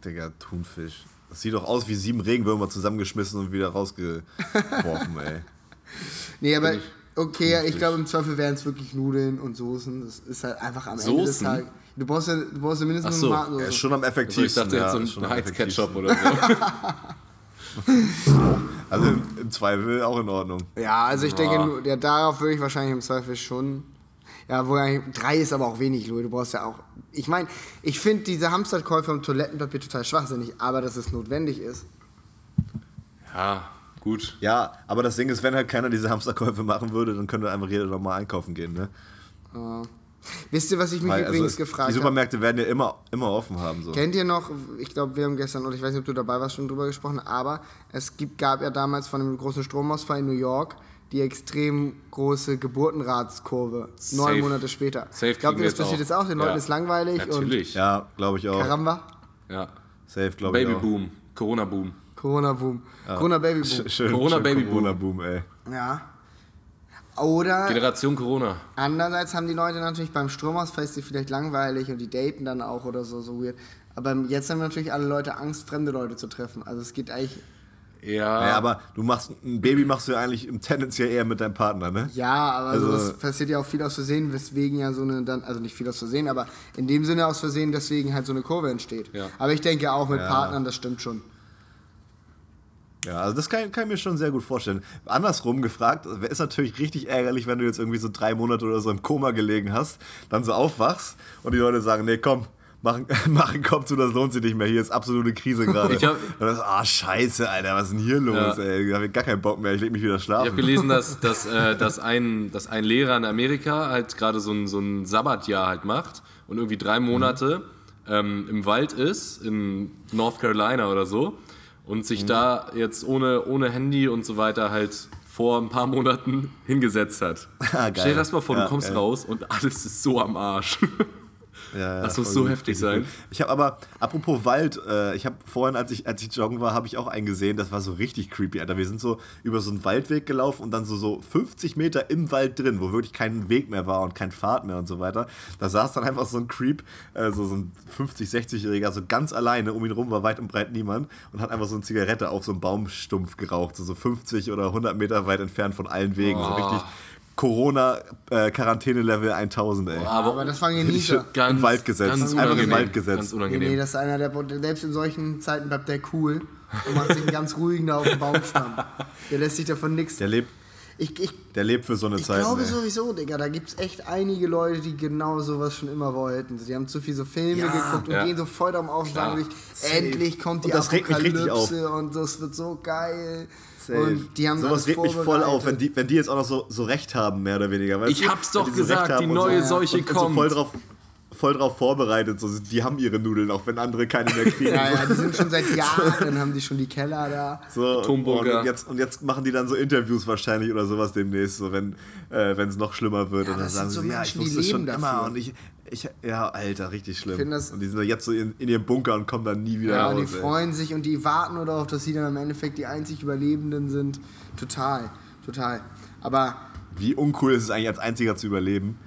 Speaker 1: Digga, Thunfisch. Das sieht doch aus wie sieben Regenwürmer zusammengeschmissen und wieder rausgeworfen, ey.
Speaker 2: Nee, aber okay, ja, ich glaube im Zweifel wären es wirklich Nudeln und Soßen. Das ist halt einfach am Ende des
Speaker 3: Soßen?
Speaker 2: Tages. Du brauchst ja, du brauchst ja mindestens
Speaker 3: Ach so,
Speaker 2: eine Tomatensoße.
Speaker 1: Er ist schon am
Speaker 3: Also ich
Speaker 1: effektivsten.
Speaker 3: dachte
Speaker 1: ja, ist
Speaker 3: jetzt so
Speaker 1: schon
Speaker 3: ein
Speaker 1: am
Speaker 3: Heizketchup
Speaker 1: effektivsten.
Speaker 3: oder so.
Speaker 1: Also im, im Zweifel auch in Ordnung.
Speaker 2: Ja, also ich denke, nur- ja, darauf würde ich wahrscheinlich im Zweifel schon. Ja, wo eigentlich- drei ist aber auch wenig, Louis. Du brauchst ja auch. Ich meine, ich finde diese Hamsterkäufe im Toilettenpapier total schwachsinnig, aber dass es notwendig ist.
Speaker 3: Ja, gut.
Speaker 1: Ja, aber das Ding ist, wenn halt keiner diese Hamsterkäufe machen würde, dann könnte einfach jeder nochmal einkaufen gehen, ne?
Speaker 2: äh. Wisst ihr, was ich mich
Speaker 1: Weil, also
Speaker 2: übrigens
Speaker 1: es- Die
Speaker 2: gefragt habe?
Speaker 1: Supermärkte werden ja immer, immer offen haben. So.
Speaker 2: Kennt ihr noch, ich glaube, wir haben gestern, oder ich weiß nicht, ob du dabei warst, schon drüber gesprochen, aber es gibt, gab ja damals von dem großen Stromausfall in New York die extrem große Geburtenratskurve, neun
Speaker 3: Safe.
Speaker 2: Monate später.
Speaker 3: Safe
Speaker 2: ich glaube,
Speaker 3: kriegen wir jetzt
Speaker 2: das passiert
Speaker 3: auch.
Speaker 2: jetzt auch, den Leuten
Speaker 3: Ja.
Speaker 2: ist langweilig
Speaker 3: Natürlich. Ja.
Speaker 1: Ja, glaube ich auch.
Speaker 2: und Karamba,
Speaker 1: Safe, glaube ich auch.
Speaker 3: Babyboom. Corona-Boom.
Speaker 2: Corona-Boom, Corona-Baby-Boom.
Speaker 1: Schön,
Speaker 3: Corona
Speaker 1: schön
Speaker 3: Babyboom.
Speaker 1: Corona-Boom, ey.
Speaker 2: Ja. Oder
Speaker 3: Generation Corona.
Speaker 2: andererseits haben die Leute natürlich beim Stromausfall ist die vielleicht langweilig und die daten dann auch oder so, so weird. Aber jetzt haben natürlich alle Leute Angst, fremde Leute zu treffen. Also es geht eigentlich
Speaker 3: Ja.
Speaker 1: Ja, aber du machst ein Baby machst du ja eigentlich im tendenziell eher mit deinem Partner, ne?
Speaker 2: Ja, aber
Speaker 1: Also-
Speaker 2: also, das passiert ja auch viel aus Versehen, weswegen ja so eine dann, also nicht viel aus Versehen, aber in dem Sinne aus Versehen, deswegen halt so eine Kurve entsteht.
Speaker 3: Ja.
Speaker 2: Aber ich denke auch mit Partnern, das stimmt schon.
Speaker 1: Ja, also das kann, kann ich mir schon sehr gut vorstellen. Andersrum gefragt, ist natürlich richtig ärgerlich, wenn du jetzt irgendwie so drei Monate oder so im Koma gelegen hast, dann so aufwachst und die Leute sagen, nee, komm, machen, machen komm zu, das lohnt sich nicht mehr. Hier ist absolute Krise gerade.
Speaker 3: Ich hab-
Speaker 1: Und dann so, ah, scheiße, Alter, was ist denn hier los,
Speaker 3: Ja.
Speaker 1: ey? Ich hab gar keinen Bock mehr, ich leg mich wieder
Speaker 3: Ich habe
Speaker 1: schlafen.
Speaker 3: gelesen, dass, dass, äh, dass, ein, dass ein Lehrer in Amerika halt gerade so ein, so ein Sabbatjahr halt macht und irgendwie drei
Speaker 1: Mhm.
Speaker 3: Monate ähm, im Wald ist, in North Carolina oder so, und
Speaker 1: Mhm.
Speaker 3: sich da jetzt ohne, ohne Handy und so weiter halt vor ein paar Monaten hingesetzt hat.
Speaker 1: Ah, geil.
Speaker 3: Stell dir das mal vor, du
Speaker 1: Ja,
Speaker 3: kommst
Speaker 1: geil.
Speaker 3: raus und alles ist so am Arsch.
Speaker 1: Ja, ja,
Speaker 3: Das muss
Speaker 1: voll
Speaker 3: so
Speaker 1: gut,
Speaker 3: heftig
Speaker 1: richtig
Speaker 3: sein.
Speaker 1: gut. Ich habe aber, apropos Wald, äh, ich habe vorhin, als ich, als ich joggen war, habe ich auch einen gesehen, das war so richtig creepy, Alter. Wir sind so über so einen Waldweg gelaufen und dann so, so 50 Meter im Wald drin, wo wirklich kein Weg mehr war und kein Pfad mehr und so weiter. Da saß dann einfach so ein Creep, äh, so, so ein 50, 60-Jähriger, so ganz alleine, um ihn rum war weit und breit niemand und hat einfach so eine Zigarette auf so einem Baumstumpf geraucht, so, so 50 oder 100 Meter weit entfernt von allen Wegen. So richtig Corona-Quarantäne-Level 1000, ey.
Speaker 2: Aber, das waren Genießer.
Speaker 1: Im Wald gesetzt. Einfach im
Speaker 3: unangenehm,
Speaker 1: Wald gesetzt.
Speaker 3: Ganz
Speaker 2: Nee, nee,
Speaker 3: unangenehm.
Speaker 2: das ist einer, der selbst in solchen Zeiten bleibt der cool und macht sich einen ganz ruhigen da auf dem Baumstamm. Der lässt sich davon nichts.
Speaker 1: Der lebt,
Speaker 2: Ich, ich,
Speaker 1: der lebt für so eine
Speaker 2: ich
Speaker 1: Zeit. ne?
Speaker 2: glaube sowieso, Digga, da gibt es echt einige Leute, die genau sowas schon immer wollten. Die haben zu viel so Filme
Speaker 1: Ja.
Speaker 2: geguckt und
Speaker 3: Ja.
Speaker 2: gehen so voll drauf auf und sagen sich, endlich kommt die
Speaker 1: Und das regt mich richtig auf.
Speaker 2: Apokalypse und das wird so geil.
Speaker 1: Safe.
Speaker 2: Und die haben
Speaker 1: Sowas
Speaker 2: alles
Speaker 1: regt mich voll auf, wenn
Speaker 2: vorbereitet.
Speaker 1: die, wenn die jetzt auch noch so, so recht haben, mehr oder weniger. weißt
Speaker 3: Ich
Speaker 1: du?
Speaker 3: hab's
Speaker 1: Wenn
Speaker 3: doch
Speaker 1: die so Recht
Speaker 3: gesagt, die
Speaker 1: haben und
Speaker 3: neue
Speaker 1: so,
Speaker 3: Seuche
Speaker 1: und, und
Speaker 3: kommt.
Speaker 1: So voll drauf, voll drauf vorbereitet. So, die haben ihre Nudeln, auch wenn andere keine mehr kriegen.
Speaker 2: Ja, ja, die sind schon seit Jahren, haben die schon die Keller da.
Speaker 1: So, und,
Speaker 3: Tumburger.
Speaker 1: und, jetzt, und jetzt machen die dann so Interviews wahrscheinlich oder sowas demnächst, so wenn äh, es noch schlimmer wird. und dann
Speaker 2: das sind
Speaker 1: sagen
Speaker 2: so
Speaker 1: sie, ja, ich
Speaker 2: Menschen, die
Speaker 1: wusste es schon
Speaker 2: leben
Speaker 1: immer.
Speaker 2: dafür.
Speaker 1: Und ich, ich, ja, Alter, richtig schlimm.
Speaker 2: find das-
Speaker 1: und die sind jetzt so in, in ihrem Bunker und kommen dann nie wieder
Speaker 2: Ja, und die
Speaker 1: raus. ey.
Speaker 2: freuen sich und die warten nur darauf, dass sie dann im Endeffekt die einzig Überlebenden sind. Total, total. Aber
Speaker 1: Wie uncool ist es eigentlich, als Einziger zu überleben?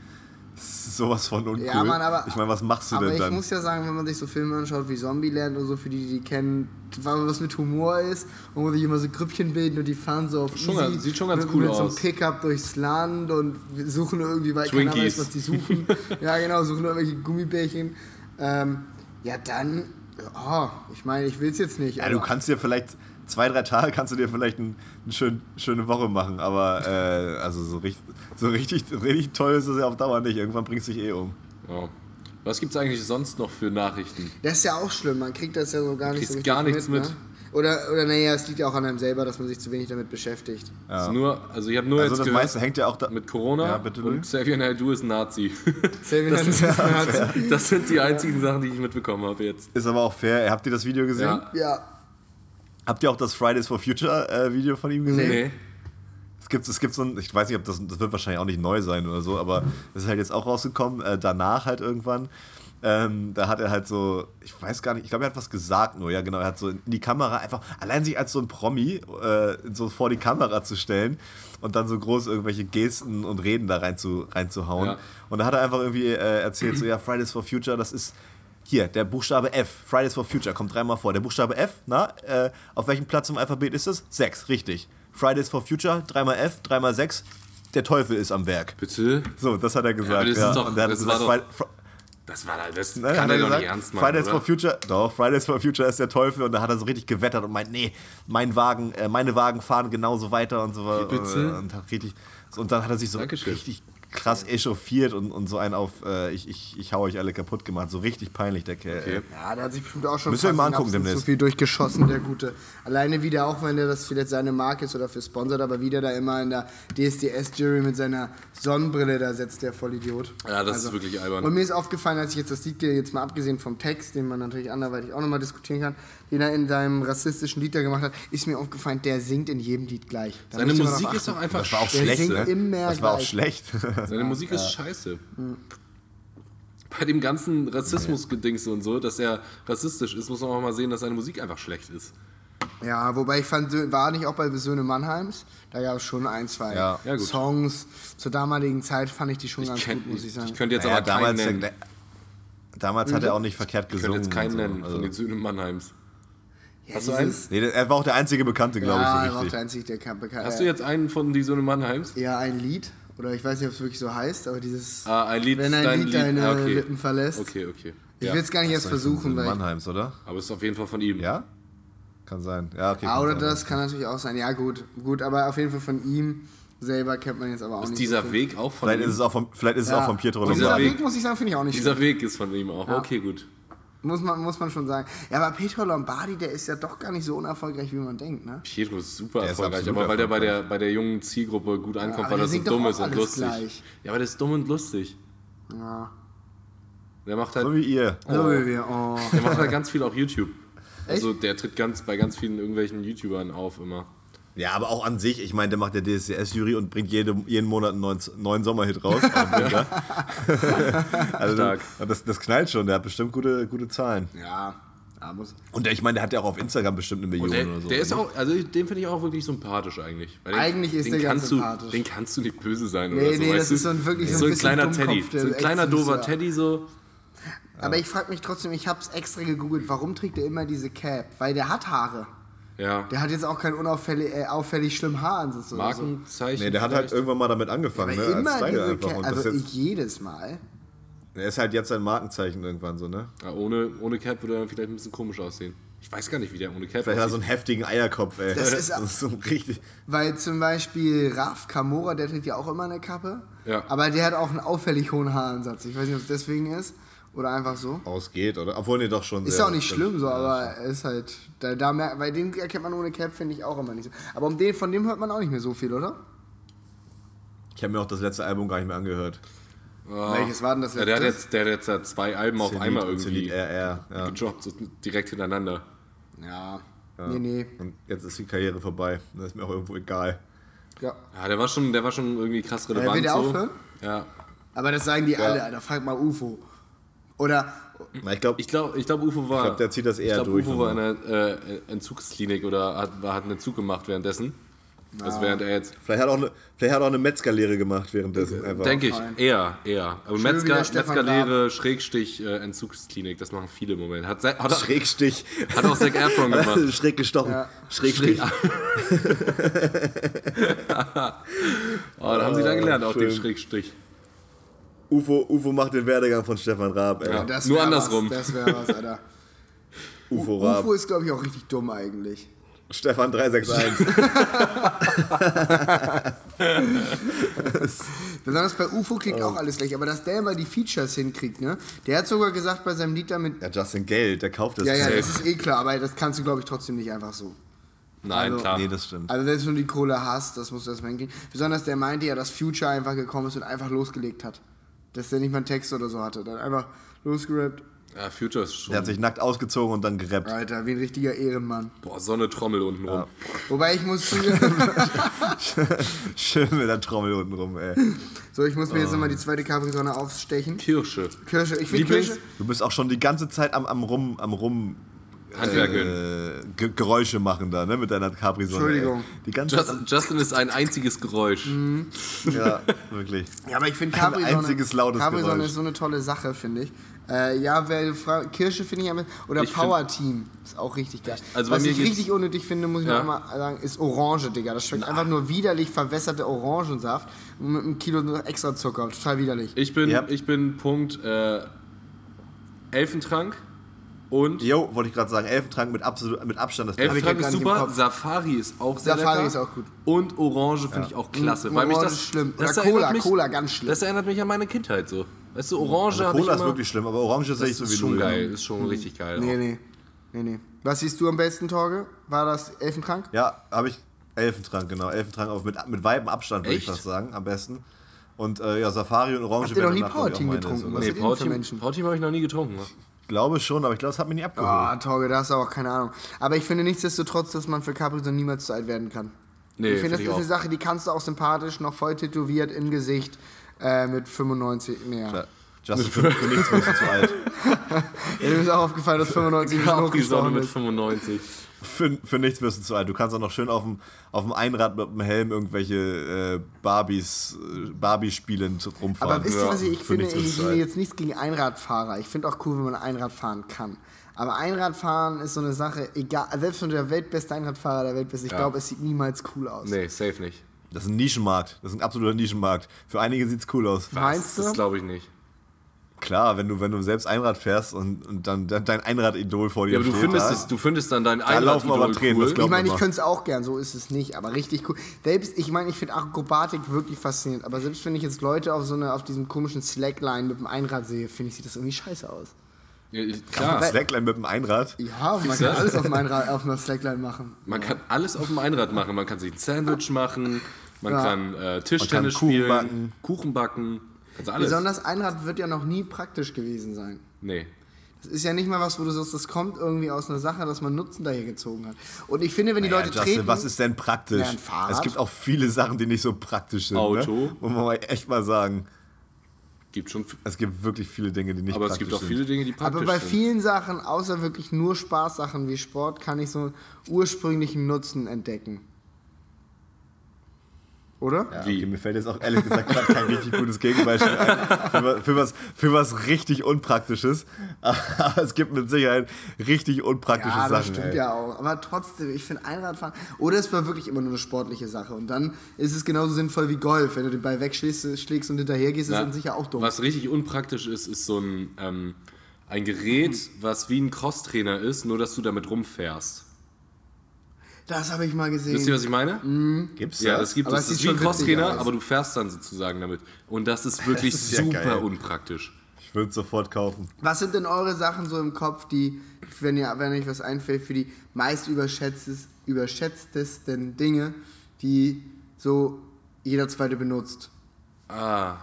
Speaker 1: Das ist sowas von uncool.
Speaker 2: Ja, Mann, aber-
Speaker 1: ich meine, was machst du
Speaker 2: Aber
Speaker 1: denn
Speaker 2: ich
Speaker 1: dann?
Speaker 2: muss ja sagen, wenn man sich so Filme anschaut wie Zombieland und so, für die, die die kennen, was mit Humor ist und wo sich immer so Grüppchen bilden und die fahren so auf
Speaker 3: Schon
Speaker 2: easy,
Speaker 3: ganz- sieht schon ganz
Speaker 2: mit,
Speaker 3: cool
Speaker 2: mit so einem
Speaker 3: aus.
Speaker 2: Pickup durchs Land und suchen irgendwie, weil keiner
Speaker 3: Twinkies.
Speaker 2: weiß, was die suchen. ja, genau, suchen irgendwelche Gummibärchen. Ähm, ja, dann, oh, ich meine, ich will es jetzt nicht.
Speaker 1: Ja, du kannst dir vielleicht zwei, drei Tage kannst du dir vielleicht ein- eine schön, schöne Woche machen, aber äh, also so richtig, so richtig, richtig toll ist es ja auf Dauer nicht. Irgendwann bringst du dich eh um.
Speaker 3: Ja. Was gibt's eigentlich sonst noch für Nachrichten?
Speaker 2: Das ist ja auch schlimm, man kriegt das ja so gar nicht
Speaker 3: Kriegst
Speaker 2: so richtig
Speaker 3: gar nichts mit.
Speaker 2: Ne? Oder, oder naja, es liegt ja auch an einem selber, dass man sich zu wenig damit beschäftigt.
Speaker 3: Ist nur, also ich habe nur
Speaker 1: Also
Speaker 3: jetzt
Speaker 1: das
Speaker 3: gehört,
Speaker 1: meiste hängt ja auch da
Speaker 3: mit Corona
Speaker 1: Ja, bitte, ne?
Speaker 3: und
Speaker 1: Louis.
Speaker 3: Xavier Naidu ist ein Nazi.
Speaker 2: Selber das ist ja,
Speaker 3: Das sind die einzigen Sachen, die ich mitbekommen habe jetzt.
Speaker 1: Ist aber auch fair. Habt ihr das Video gesehen?
Speaker 3: Ja.
Speaker 2: ja,
Speaker 1: Habt ihr auch das Fridays for Future äh, Video von ihm gesehen?
Speaker 3: Nee.
Speaker 1: Es gibt, es gibt so ein, ich weiß nicht, ob das, das wird wahrscheinlich auch nicht neu sein oder so, aber das ist halt jetzt auch rausgekommen, äh, danach halt irgendwann. Ähm, da hat er halt so, ich weiß gar nicht, ich glaube, er hat was gesagt nur, ja genau, er hat so in die Kamera einfach, allein sich als so ein Promi äh, so vor die Kamera zu stellen und dann so groß irgendwelche Gesten und Reden da rein zu, reinzuhauen.
Speaker 3: Ja.
Speaker 1: Und da hat er einfach irgendwie äh, erzählt, so ja, Fridays for Future, das ist hier, der Buchstabe F, Fridays for Future, kommt dreimal vor. Der Buchstabe F, na, äh, auf welchem Platz im Alphabet ist es? Sechs, richtig. Fridays for Future, dreimal F, dreimal sechs, der Teufel ist am Werk.
Speaker 3: Bitte?
Speaker 1: So, das hat er gesagt.
Speaker 3: das ist
Speaker 1: Ja,
Speaker 3: doch-
Speaker 1: Und er hat
Speaker 3: das
Speaker 1: gesagt,
Speaker 3: war doch-
Speaker 1: Fri- Fri-
Speaker 3: Das war da, das
Speaker 1: Ne,
Speaker 3: kann
Speaker 1: hat
Speaker 3: er
Speaker 1: er
Speaker 3: doch
Speaker 1: gesagt,
Speaker 3: nicht ernst meinen.
Speaker 1: Fridays
Speaker 3: oder?
Speaker 1: for Future, doch, Fridays for Future ist der Teufel und da hat er so richtig gewettert und meint, nee, mein Wagen, äh, meine Wagen fahren genauso weiter und so weiter.
Speaker 3: Bitte?
Speaker 1: Und, hat richtig, und dann hat er sich so
Speaker 3: Dankeschön.
Speaker 1: richtig krass echauffiert und, und so einen auf, äh, ich, ich, ich hau euch alle kaputt gemacht, so richtig peinlich, der Kerl.
Speaker 3: Okay.
Speaker 2: Ja, der hat sich bestimmt auch schon
Speaker 1: Müssen wir
Speaker 2: krass
Speaker 1: mal
Speaker 2: in
Speaker 1: angucken
Speaker 2: Abstinenz
Speaker 1: demnächst.
Speaker 2: so viel durchgeschossen, der Gute. Alleine wieder, auch wenn er das vielleicht seine Marke ist oder für sponsert, aber wieder da immer in der DSDS-Jury mit seiner Sonnenbrille da sitzt, der Vollidiot.
Speaker 3: Ja, das ist wirklich albern.
Speaker 2: Und Also, mir ist aufgefallen, als ich jetzt das Lied, dir jetzt mal abgesehen vom Text, den man natürlich anderweitig auch nochmal diskutieren kann, den er in seinem rassistischen Lied da gemacht hat, ist mir aufgefallen, der singt in jedem Lied gleich. Da
Speaker 3: Seine
Speaker 2: müsste man
Speaker 3: Musik
Speaker 2: drauf
Speaker 3: ist doch
Speaker 2: achten.
Speaker 3: einfach
Speaker 1: Das war auch
Speaker 2: Der
Speaker 1: schlecht,
Speaker 2: singt
Speaker 1: ne?
Speaker 2: immer
Speaker 1: Das war auch
Speaker 2: gleich.
Speaker 1: schlecht.
Speaker 3: Seine Musik ist scheiße.
Speaker 2: Hm.
Speaker 3: Bei dem ganzen Rassismus-Gedings und so, dass er rassistisch ist, muss man auch mal sehen, dass seine Musik einfach schlecht ist.
Speaker 2: Ja, wobei ich fand, Sö- war nicht auch bei Söhne Mannheims? Da gab es schon ein, zwei
Speaker 1: Ja.
Speaker 3: Ja, gut.
Speaker 2: Songs. Zur damaligen Zeit fand ich die schon ganz
Speaker 3: Ich, kenn,
Speaker 2: gut, muss ich
Speaker 3: ich,
Speaker 2: sagen.
Speaker 3: ich könnte jetzt
Speaker 1: Naja,
Speaker 3: aber keinen
Speaker 1: damals,
Speaker 3: nennen.
Speaker 1: damals hat er auch nicht verkehrt
Speaker 3: Ich
Speaker 1: gesungen.
Speaker 3: könnte jetzt keinen
Speaker 1: und so.
Speaker 3: nennen von
Speaker 1: Also,
Speaker 3: den Söhnen Mannheims.
Speaker 2: ja,
Speaker 3: Hast du
Speaker 2: dieses-
Speaker 1: nee, der- er war auch der einzige Bekannte, glaube
Speaker 2: Ja,
Speaker 1: ich,
Speaker 2: er
Speaker 1: so
Speaker 2: war auch
Speaker 1: richtig.
Speaker 2: der einzige, der kann bekannt.
Speaker 3: Hast du jetzt einen von die Söhne Mannheims?
Speaker 2: Ja, ein Lied. Oder ich weiß nicht, ob es wirklich so heißt, aber dieses.
Speaker 3: Ah, ein Lied,
Speaker 2: wenn ein
Speaker 3: dein
Speaker 2: Lied,
Speaker 3: Lied,
Speaker 2: deine
Speaker 3: ah, okay.
Speaker 2: Lippen verlässt.
Speaker 3: Okay, okay.
Speaker 2: Ich
Speaker 3: Ja.
Speaker 2: will es gar nicht erst versuchen, weil. Ich,
Speaker 1: Mannheims, oder?
Speaker 3: Aber es ist auf jeden Fall von ihm.
Speaker 1: Ja? Kann sein. Ja, okay.
Speaker 2: ah,
Speaker 1: kann
Speaker 2: oder
Speaker 1: sein.
Speaker 2: das kann natürlich auch sein. Ja, gut. Gut, aber auf jeden Fall von ihm selber kennt man jetzt aber auch
Speaker 3: Ist
Speaker 2: nicht. so
Speaker 3: dieser
Speaker 2: viel.
Speaker 3: Weg auch von
Speaker 1: Vielleicht ist es
Speaker 3: ihm?
Speaker 1: auch vom, vielleicht ist es
Speaker 2: Ja.
Speaker 1: auch von Pietro
Speaker 2: Und Dieser
Speaker 1: Lombardi.
Speaker 2: Weg, muss ich sagen, finde ich auch nicht schlecht.
Speaker 3: Dieser Weg ist von ihm auch. Okay, gut.
Speaker 2: Muss man, muss man schon sagen. Ja, aber Pietro Lombardi, der ist ja doch gar nicht so unerfolgreich, wie man denkt, ne?
Speaker 3: Pietro ist super
Speaker 1: Der ist
Speaker 3: erfolgreich,
Speaker 1: absolut
Speaker 3: aber weil der bei der, bei der jungen Zielgruppe gut ankommt,
Speaker 2: aber
Speaker 3: weil
Speaker 2: der
Speaker 3: er so
Speaker 2: singt doch
Speaker 3: dumm
Speaker 2: auch
Speaker 3: ist und
Speaker 2: alles
Speaker 3: lustig.
Speaker 2: gleich.
Speaker 3: Ja, aber der ist dumm und lustig.
Speaker 2: Ja.
Speaker 3: Der macht
Speaker 1: So
Speaker 3: halt,
Speaker 1: wie ihr.
Speaker 2: So wie wir. Oh.
Speaker 3: der macht halt ganz viel auf YouTube. Also der tritt ganz bei ganz vielen irgendwelchen YouTubern auf immer.
Speaker 1: Ja, aber auch an sich, ich meine, der macht der DSDS-Jury und bringt jede, jeden Monat einen neuen, neuen Sommerhit raus. also,
Speaker 3: Stark.
Speaker 1: Das, das knallt schon, der hat bestimmt gute, gute Zahlen.
Speaker 2: Ja. Da muss.
Speaker 1: Und der, ich meine, der hat ja auch auf Instagram bestimmt eine Million
Speaker 3: Der,
Speaker 1: oder so. ne?
Speaker 3: der ist auch, also ich- den finde ich auch wirklich sympathisch eigentlich. Weil den,
Speaker 2: Eigentlich ist
Speaker 3: den
Speaker 2: der ganz
Speaker 3: kannst Du,
Speaker 2: sympathisch.
Speaker 3: den kannst du nicht böse sein
Speaker 2: Nee,
Speaker 3: oder so.
Speaker 2: nee,
Speaker 3: weißt
Speaker 2: das
Speaker 3: du?
Speaker 2: ist so ein wirklich
Speaker 3: Das ist
Speaker 2: so
Speaker 3: so
Speaker 2: ein
Speaker 3: ein
Speaker 2: bisschen
Speaker 3: kleiner Teddy,
Speaker 2: Dummkopf, der
Speaker 3: so ein
Speaker 2: echt
Speaker 3: kleiner
Speaker 2: süß,
Speaker 3: dober
Speaker 2: ja.
Speaker 3: Teddy so.
Speaker 2: Aber ich frage mich trotzdem, ich hab's extra gegoogelt, warum trägt er immer diese Cap? Weil der hat Haare.
Speaker 3: Ja.
Speaker 2: Der hat jetzt auch kein unauffällig äh, auffällig schlimm Haaransatz oder so.
Speaker 3: Markenzeichen.
Speaker 1: Nee, der hat halt
Speaker 3: vielleicht.
Speaker 1: irgendwann mal damit angefangen,
Speaker 2: Also, Aber
Speaker 1: ne? Als
Speaker 2: immer
Speaker 1: Style
Speaker 2: diese
Speaker 1: einfach.
Speaker 2: Cap,
Speaker 1: Und das
Speaker 2: also
Speaker 1: jetzt,
Speaker 2: ich jedes Mal.
Speaker 1: er ist halt jetzt sein Markenzeichen irgendwann so, ne?
Speaker 3: ja, ohne, ohne Cap würde er dann vielleicht ein bisschen komisch aussehen. Ich weiß gar nicht, wie der ohne Cap
Speaker 1: Vielleicht hat er so
Speaker 3: aussieht.
Speaker 1: einen heftigen Eierkopf, ey.
Speaker 2: Das ist-
Speaker 1: so ein richtig.
Speaker 2: Weil zum Beispiel Raf Kamora, der trägt ja auch immer eine Kappe.
Speaker 3: Ja.
Speaker 2: Aber der hat auch einen auffällig hohen Haaransatz. Ich weiß nicht, ob es deswegen ist oder einfach so.
Speaker 1: Ausgeht, oder? Obwohl, nee, doch schon.
Speaker 2: Ist
Speaker 1: sehr-
Speaker 2: ja auch nicht schlimm so, aber er ist halt. Da, da mer- bei dem erkennt man ohne Cap, finde ich auch immer nicht so. Aber um den, von dem hört man auch nicht mehr so viel, oder?
Speaker 1: Ich habe mir auch das letzte Album gar nicht mehr angehört.
Speaker 2: Welches war denn das
Speaker 3: Ja, der, hat
Speaker 2: letzte?
Speaker 3: jetzt, der hat jetzt ja zwei Alben auf
Speaker 1: Zenit
Speaker 3: einmal
Speaker 1: und
Speaker 3: irgendwie
Speaker 1: Zenit RR, ja.
Speaker 3: gedroppt, so direkt hintereinander.
Speaker 2: Ja. Nee, nee.
Speaker 1: Und jetzt ist die Karriere vorbei. Das ist mir auch irgendwo egal.
Speaker 2: Ja.
Speaker 3: Ja, der war schon, der war schon irgendwie krass relevant.
Speaker 2: will der
Speaker 3: so.
Speaker 2: aufhören?
Speaker 3: Ja.
Speaker 2: Aber das sagen die alle, Alter. Frag mal UFO. Oder
Speaker 1: Na, ich glaube,
Speaker 3: Ich glaube, ich glaub, Ufo war.
Speaker 1: glaub, der zieht das eher
Speaker 3: ich glaub,
Speaker 1: durch
Speaker 3: Ufo war in einer äh, Entzugsklinik oder hat, war, hat einen Entzug gemacht währenddessen. Also während er jetzt.
Speaker 1: vielleicht hat er auch eine, vielleicht hat er auch eine Metzgerlehre gemacht währenddessen. Einfach.
Speaker 3: Äh, Denke ich,
Speaker 2: fein.
Speaker 3: eher, eher. Aber
Speaker 2: wieder
Speaker 3: Metzger,
Speaker 2: Stefan
Speaker 3: Metzgerlehre, Schrägstich, äh, Entzugsklinik, das machen viele im Moment. Hat, Se- hat, auch-
Speaker 1: Schrägstich.
Speaker 3: hat auch Zac Efron gemacht.
Speaker 1: Schräg gestochen.
Speaker 2: Ja.
Speaker 1: Schrägstich.
Speaker 3: Oh, da haben sie da gelernt, auch den
Speaker 1: schön.
Speaker 3: Schrägstich.
Speaker 1: Ufo, Ufo macht den Werdegang von Stefan Raab. Ey.
Speaker 3: Ja.
Speaker 2: oh, das
Speaker 3: Nur
Speaker 2: wär
Speaker 3: andersrum.
Speaker 2: Was, das wäre was, Alter.
Speaker 1: Ufo Raab.
Speaker 2: UFO ist, glaube ich, auch richtig dumm eigentlich.
Speaker 1: Stefan 361.
Speaker 2: Besonders bei UFO klingt auch alles gleich, aber dass der immer die Features hinkriegt, ne? Der hat sogar gesagt bei seinem Lied damit.
Speaker 1: ja, Justin Geld, der kauft das.
Speaker 2: Ja, ja,
Speaker 1: safe.
Speaker 2: das ist eh klar, aber das kannst du, glaube ich, trotzdem nicht einfach so.
Speaker 3: Nein,
Speaker 2: Also-
Speaker 3: klar.
Speaker 1: Nee, das stimmt.
Speaker 2: Also, selbst wenn du die Kohle hast, das musst du erstmal hinkriegen. Besonders der meinte ja, dass Future einfach gekommen ist und einfach losgelegt hat. Dass der nicht mal einen Text oder so hatte. Dann einfach losgerappt.
Speaker 3: ja, Future ist schon.
Speaker 1: Der hat sich nackt ausgezogen und dann gerappt.
Speaker 2: Alter, wie ein richtiger Ehrenmann.
Speaker 3: Boah, so eine Trommel unten rum.
Speaker 2: Wobei ich muss zugeben,
Speaker 1: Schön mit der Trommel unten rum, ey.
Speaker 2: so ich muss mir jetzt nochmal die zweite Capri-Sonne aufstechen.
Speaker 3: Kirsche.
Speaker 2: Kirsche, ich finde
Speaker 3: Lieblings-
Speaker 2: Kirsche.
Speaker 1: Du bist auch schon die ganze Zeit am, am Rum, am Rum
Speaker 3: Handwerkeln.
Speaker 1: äh, Ge- Geräusche machen da, ne? Mit deiner Capri-Sonne. ey.
Speaker 2: Entschuldigung.
Speaker 1: Die ganze Zeit.
Speaker 3: Justin, Justin ist ein einziges Geräusch.
Speaker 1: Mhm. Ja, wirklich.
Speaker 2: Ja, aber ich finde Cabri
Speaker 1: einziges lautes Geräusch.
Speaker 2: ist so eine tolle Sache, finde ich. Äh, ja, wer Fra Kirsche finde ich am besten. Oder
Speaker 3: Ich find-
Speaker 2: Power Team ist auch richtig geil.
Speaker 3: Also bei
Speaker 2: Was
Speaker 3: mir
Speaker 2: ich
Speaker 3: geht's-
Speaker 2: richtig unnötig finde, muss ich
Speaker 3: Ja.
Speaker 2: noch mal sagen, ist Orange, Digga. Das schmeckt einfach nur widerlich verwässerte Orangensaft mit einem Kilo noch extra Zucker. Total widerlich.
Speaker 3: Ich bin,
Speaker 1: Ja.
Speaker 3: ich bin Punkt äh, Elfentrank und
Speaker 1: Jo, wollte ich gerade sagen, Elfentrank mit, absolut, mit Abstand das Beste.
Speaker 2: grad
Speaker 3: Elfentrank ist
Speaker 2: gar nicht im
Speaker 3: super,
Speaker 2: Kopf.
Speaker 3: Safari ist auch sehr
Speaker 2: Safari
Speaker 3: lecker.
Speaker 2: ist auch gut.
Speaker 3: Und Orange finde ich auch klasse.
Speaker 2: Mm,
Speaker 3: weil mich
Speaker 2: Orange
Speaker 3: das,
Speaker 2: ist schlimm.
Speaker 3: Das
Speaker 2: Oder
Speaker 3: erinnert
Speaker 2: Cola,
Speaker 3: mich,
Speaker 2: Cola ganz schlimm. also
Speaker 3: Das erinnert mich an meine Kindheit so. Weißt du, Orange habe ich
Speaker 1: Cola ist
Speaker 3: immer,
Speaker 1: wirklich schlimm, aber Orange sehe ich so
Speaker 3: ist
Speaker 1: wie
Speaker 3: schon
Speaker 1: du. ja.
Speaker 3: geil, ist schon richtig geil.
Speaker 2: Hm. Nee, nee. Nee, nee. Was siehst du am besten, Torge? War das Elfenkrank?
Speaker 1: Ja, habe ich Elfentrank, genau. Elfentrank auf, mit, mit weitem Abstand, würde ich
Speaker 3: Echt?
Speaker 1: fast sagen, am besten. Und äh, ja, Safari und Orange
Speaker 2: Habt ihr noch
Speaker 1: wäre
Speaker 2: nie
Speaker 1: danach, glaub ich, auch
Speaker 2: Powerteam
Speaker 1: meine,
Speaker 2: getrunken,
Speaker 1: oder?
Speaker 2: was?
Speaker 3: Nee,
Speaker 2: sind die
Speaker 3: Power
Speaker 2: für
Speaker 3: Team,
Speaker 2: Menschen?
Speaker 3: Power Team habe ich noch nie getrunken. Ne?
Speaker 1: Ich glaube schon, aber ich glaube, es hat mich nicht abgeholt.
Speaker 2: Ah, Torge, da hast du auch keine Ahnung. Aber ich finde nichtsdestotrotz, dass man für Capri so niemals zu alt werden kann.
Speaker 3: Nee,
Speaker 2: ich finde, das
Speaker 3: find ich
Speaker 2: ist eine
Speaker 3: auch.
Speaker 2: Sache, die kannst du auch sympathisch, noch voll tätowiert im Gesicht äh, mit 95. Nee, ja.
Speaker 1: Ja, Justin, für, für nichts bist du zu alt.
Speaker 2: Ja, mir ist auch aufgefallen, dass 95 schon
Speaker 3: Auch die Sonne
Speaker 2: hochgestochen
Speaker 3: mit
Speaker 2: ist.
Speaker 3: 95.
Speaker 1: Für, für nichts wirst du zu alt. Du kannst auch noch schön auf dem, auf dem Einrad mit dem Helm irgendwelche äh, Barbies, äh, Barbie spielend rumfahren.
Speaker 2: Aber wisst ihr, was ich, ich
Speaker 1: Für
Speaker 2: finde?
Speaker 1: nichts wirst
Speaker 2: Ich
Speaker 1: du zu
Speaker 2: finde
Speaker 1: alt.
Speaker 2: jetzt nichts gegen Einradfahrer. Ich finde auch cool, wenn man Einrad fahren kann. Aber Einradfahren ist so eine Sache, egal, selbst wenn du der weltbeste Einradfahrer der Welt bist, ich glaube, es sieht niemals cool aus.
Speaker 3: Nee, safe nicht.
Speaker 1: Das ist ein Nischenmarkt. Das ist ein absoluter Nischenmarkt. Für einige sieht's cool aus.
Speaker 2: Meinst du?
Speaker 3: Das glaube ich nicht.
Speaker 1: Klar, wenn du, wenn du selbst Einrad fährst und, und dann, dann dein Einrad-Idol vor dir
Speaker 3: Ja, aber du
Speaker 1: steht
Speaker 3: findest
Speaker 1: da.
Speaker 3: es, du findest dann dein Einrad
Speaker 1: laufen aber
Speaker 3: Idol
Speaker 1: Tränen, das glaub
Speaker 2: Ich meine, ich
Speaker 1: mal.
Speaker 2: könnte es auch gern, so ist es nicht, aber richtig cool. Selbst, ich meine, ich finde Akrobatik wirklich faszinierend, aber selbst wenn ich jetzt Leute auf so einer, auf diesem komischen Slackline mit dem Einrad sehe, finde ich, sieht das irgendwie scheiße aus.
Speaker 3: Ja, ich- Klar.
Speaker 1: Slackline mit dem Einrad.
Speaker 2: Ja, man kann
Speaker 3: das?
Speaker 2: alles auf, dem Einrad, auf einer Slackline machen.
Speaker 3: Man kann alles auf dem Einrad machen. Man kann sich ein Sandwich machen, man
Speaker 2: Ja.
Speaker 3: kann äh, Tischtennis
Speaker 1: Man kann Kuchen
Speaker 3: spielen,
Speaker 1: backen.
Speaker 3: Kuchen backen. Kannst alles.
Speaker 2: Besonders Einrad wird ja noch nie praktisch gewesen sein.
Speaker 3: nee.
Speaker 2: Das ist ja nicht mal was, wo du sagst, das kommt irgendwie aus einer Sache, dass man Nutzen daher gezogen hat. Und ich finde, wenn die
Speaker 1: Ja,
Speaker 2: Leute
Speaker 1: Justin,
Speaker 2: treten,
Speaker 1: was ist denn praktisch?
Speaker 2: Ja, ein Fahrrad.
Speaker 1: es gibt auch viele Sachen, die nicht so praktisch sind.
Speaker 3: Auto.
Speaker 1: Ne? Muss man mal echt mal sagen.
Speaker 3: Gibt schon.
Speaker 1: Es gibt wirklich viele Dinge, die nicht
Speaker 3: Aber es
Speaker 1: praktisch
Speaker 3: gibt auch
Speaker 1: sind.
Speaker 3: viele Dinge, die praktisch
Speaker 2: aber bei
Speaker 3: sind.
Speaker 2: vielen Sachen, außer wirklich nur Spaßsachen wie Sport, kann ich so einen ursprünglichen Nutzen entdecken. Oder?
Speaker 1: Ja,
Speaker 3: Wie?
Speaker 1: okay, mir fällt jetzt auch ehrlich gesagt gerade kein richtig gutes Gegenbeispiel ein. Für, wa- für, was, für was richtig Unpraktisches. Aber es gibt mit Sicherheit richtig unpraktische
Speaker 2: Ja, das
Speaker 1: Sachen.
Speaker 2: stimmt
Speaker 1: ey.
Speaker 2: ja auch. Aber trotzdem, ich finde Einradfahren. Oder es war wirklich immer nur eine sportliche Sache. Und dann ist es genauso sinnvoll wie Golf. Wenn du den Ball wegschlägst schlägst und hinterher gehst, ist
Speaker 3: Ja.
Speaker 2: dann sicher auch dumm.
Speaker 3: Was richtig unpraktisch ist, ist so ein, ähm, ein Gerät, was wie ein Crosstrainer ist, nur dass du damit rumfährst.
Speaker 2: Das habe ich mal
Speaker 3: Wisst ihr,
Speaker 2: gesehen.
Speaker 3: was ich meine?
Speaker 1: Gibt's
Speaker 3: Ja,
Speaker 1: das?
Speaker 3: das gibt
Speaker 2: Mhm. Aber
Speaker 3: es.
Speaker 2: es
Speaker 3: Das ist
Speaker 2: sieht
Speaker 3: wie ein
Speaker 2: schon witzig
Speaker 3: Crosstrainer,
Speaker 2: aus.
Speaker 3: aber du fährst dann sozusagen damit. Und das ist wirklich
Speaker 1: ist ja
Speaker 3: super
Speaker 1: geil.
Speaker 3: unpraktisch.
Speaker 1: Ich würde es sofort kaufen.
Speaker 2: Was sind denn eure Sachen so im Kopf, die, wenn, ihr, wenn euch was einfällt, für die meist überschätztes, überschätztesten Dinge, die so jeder Zweite benutzt?
Speaker 3: Ah,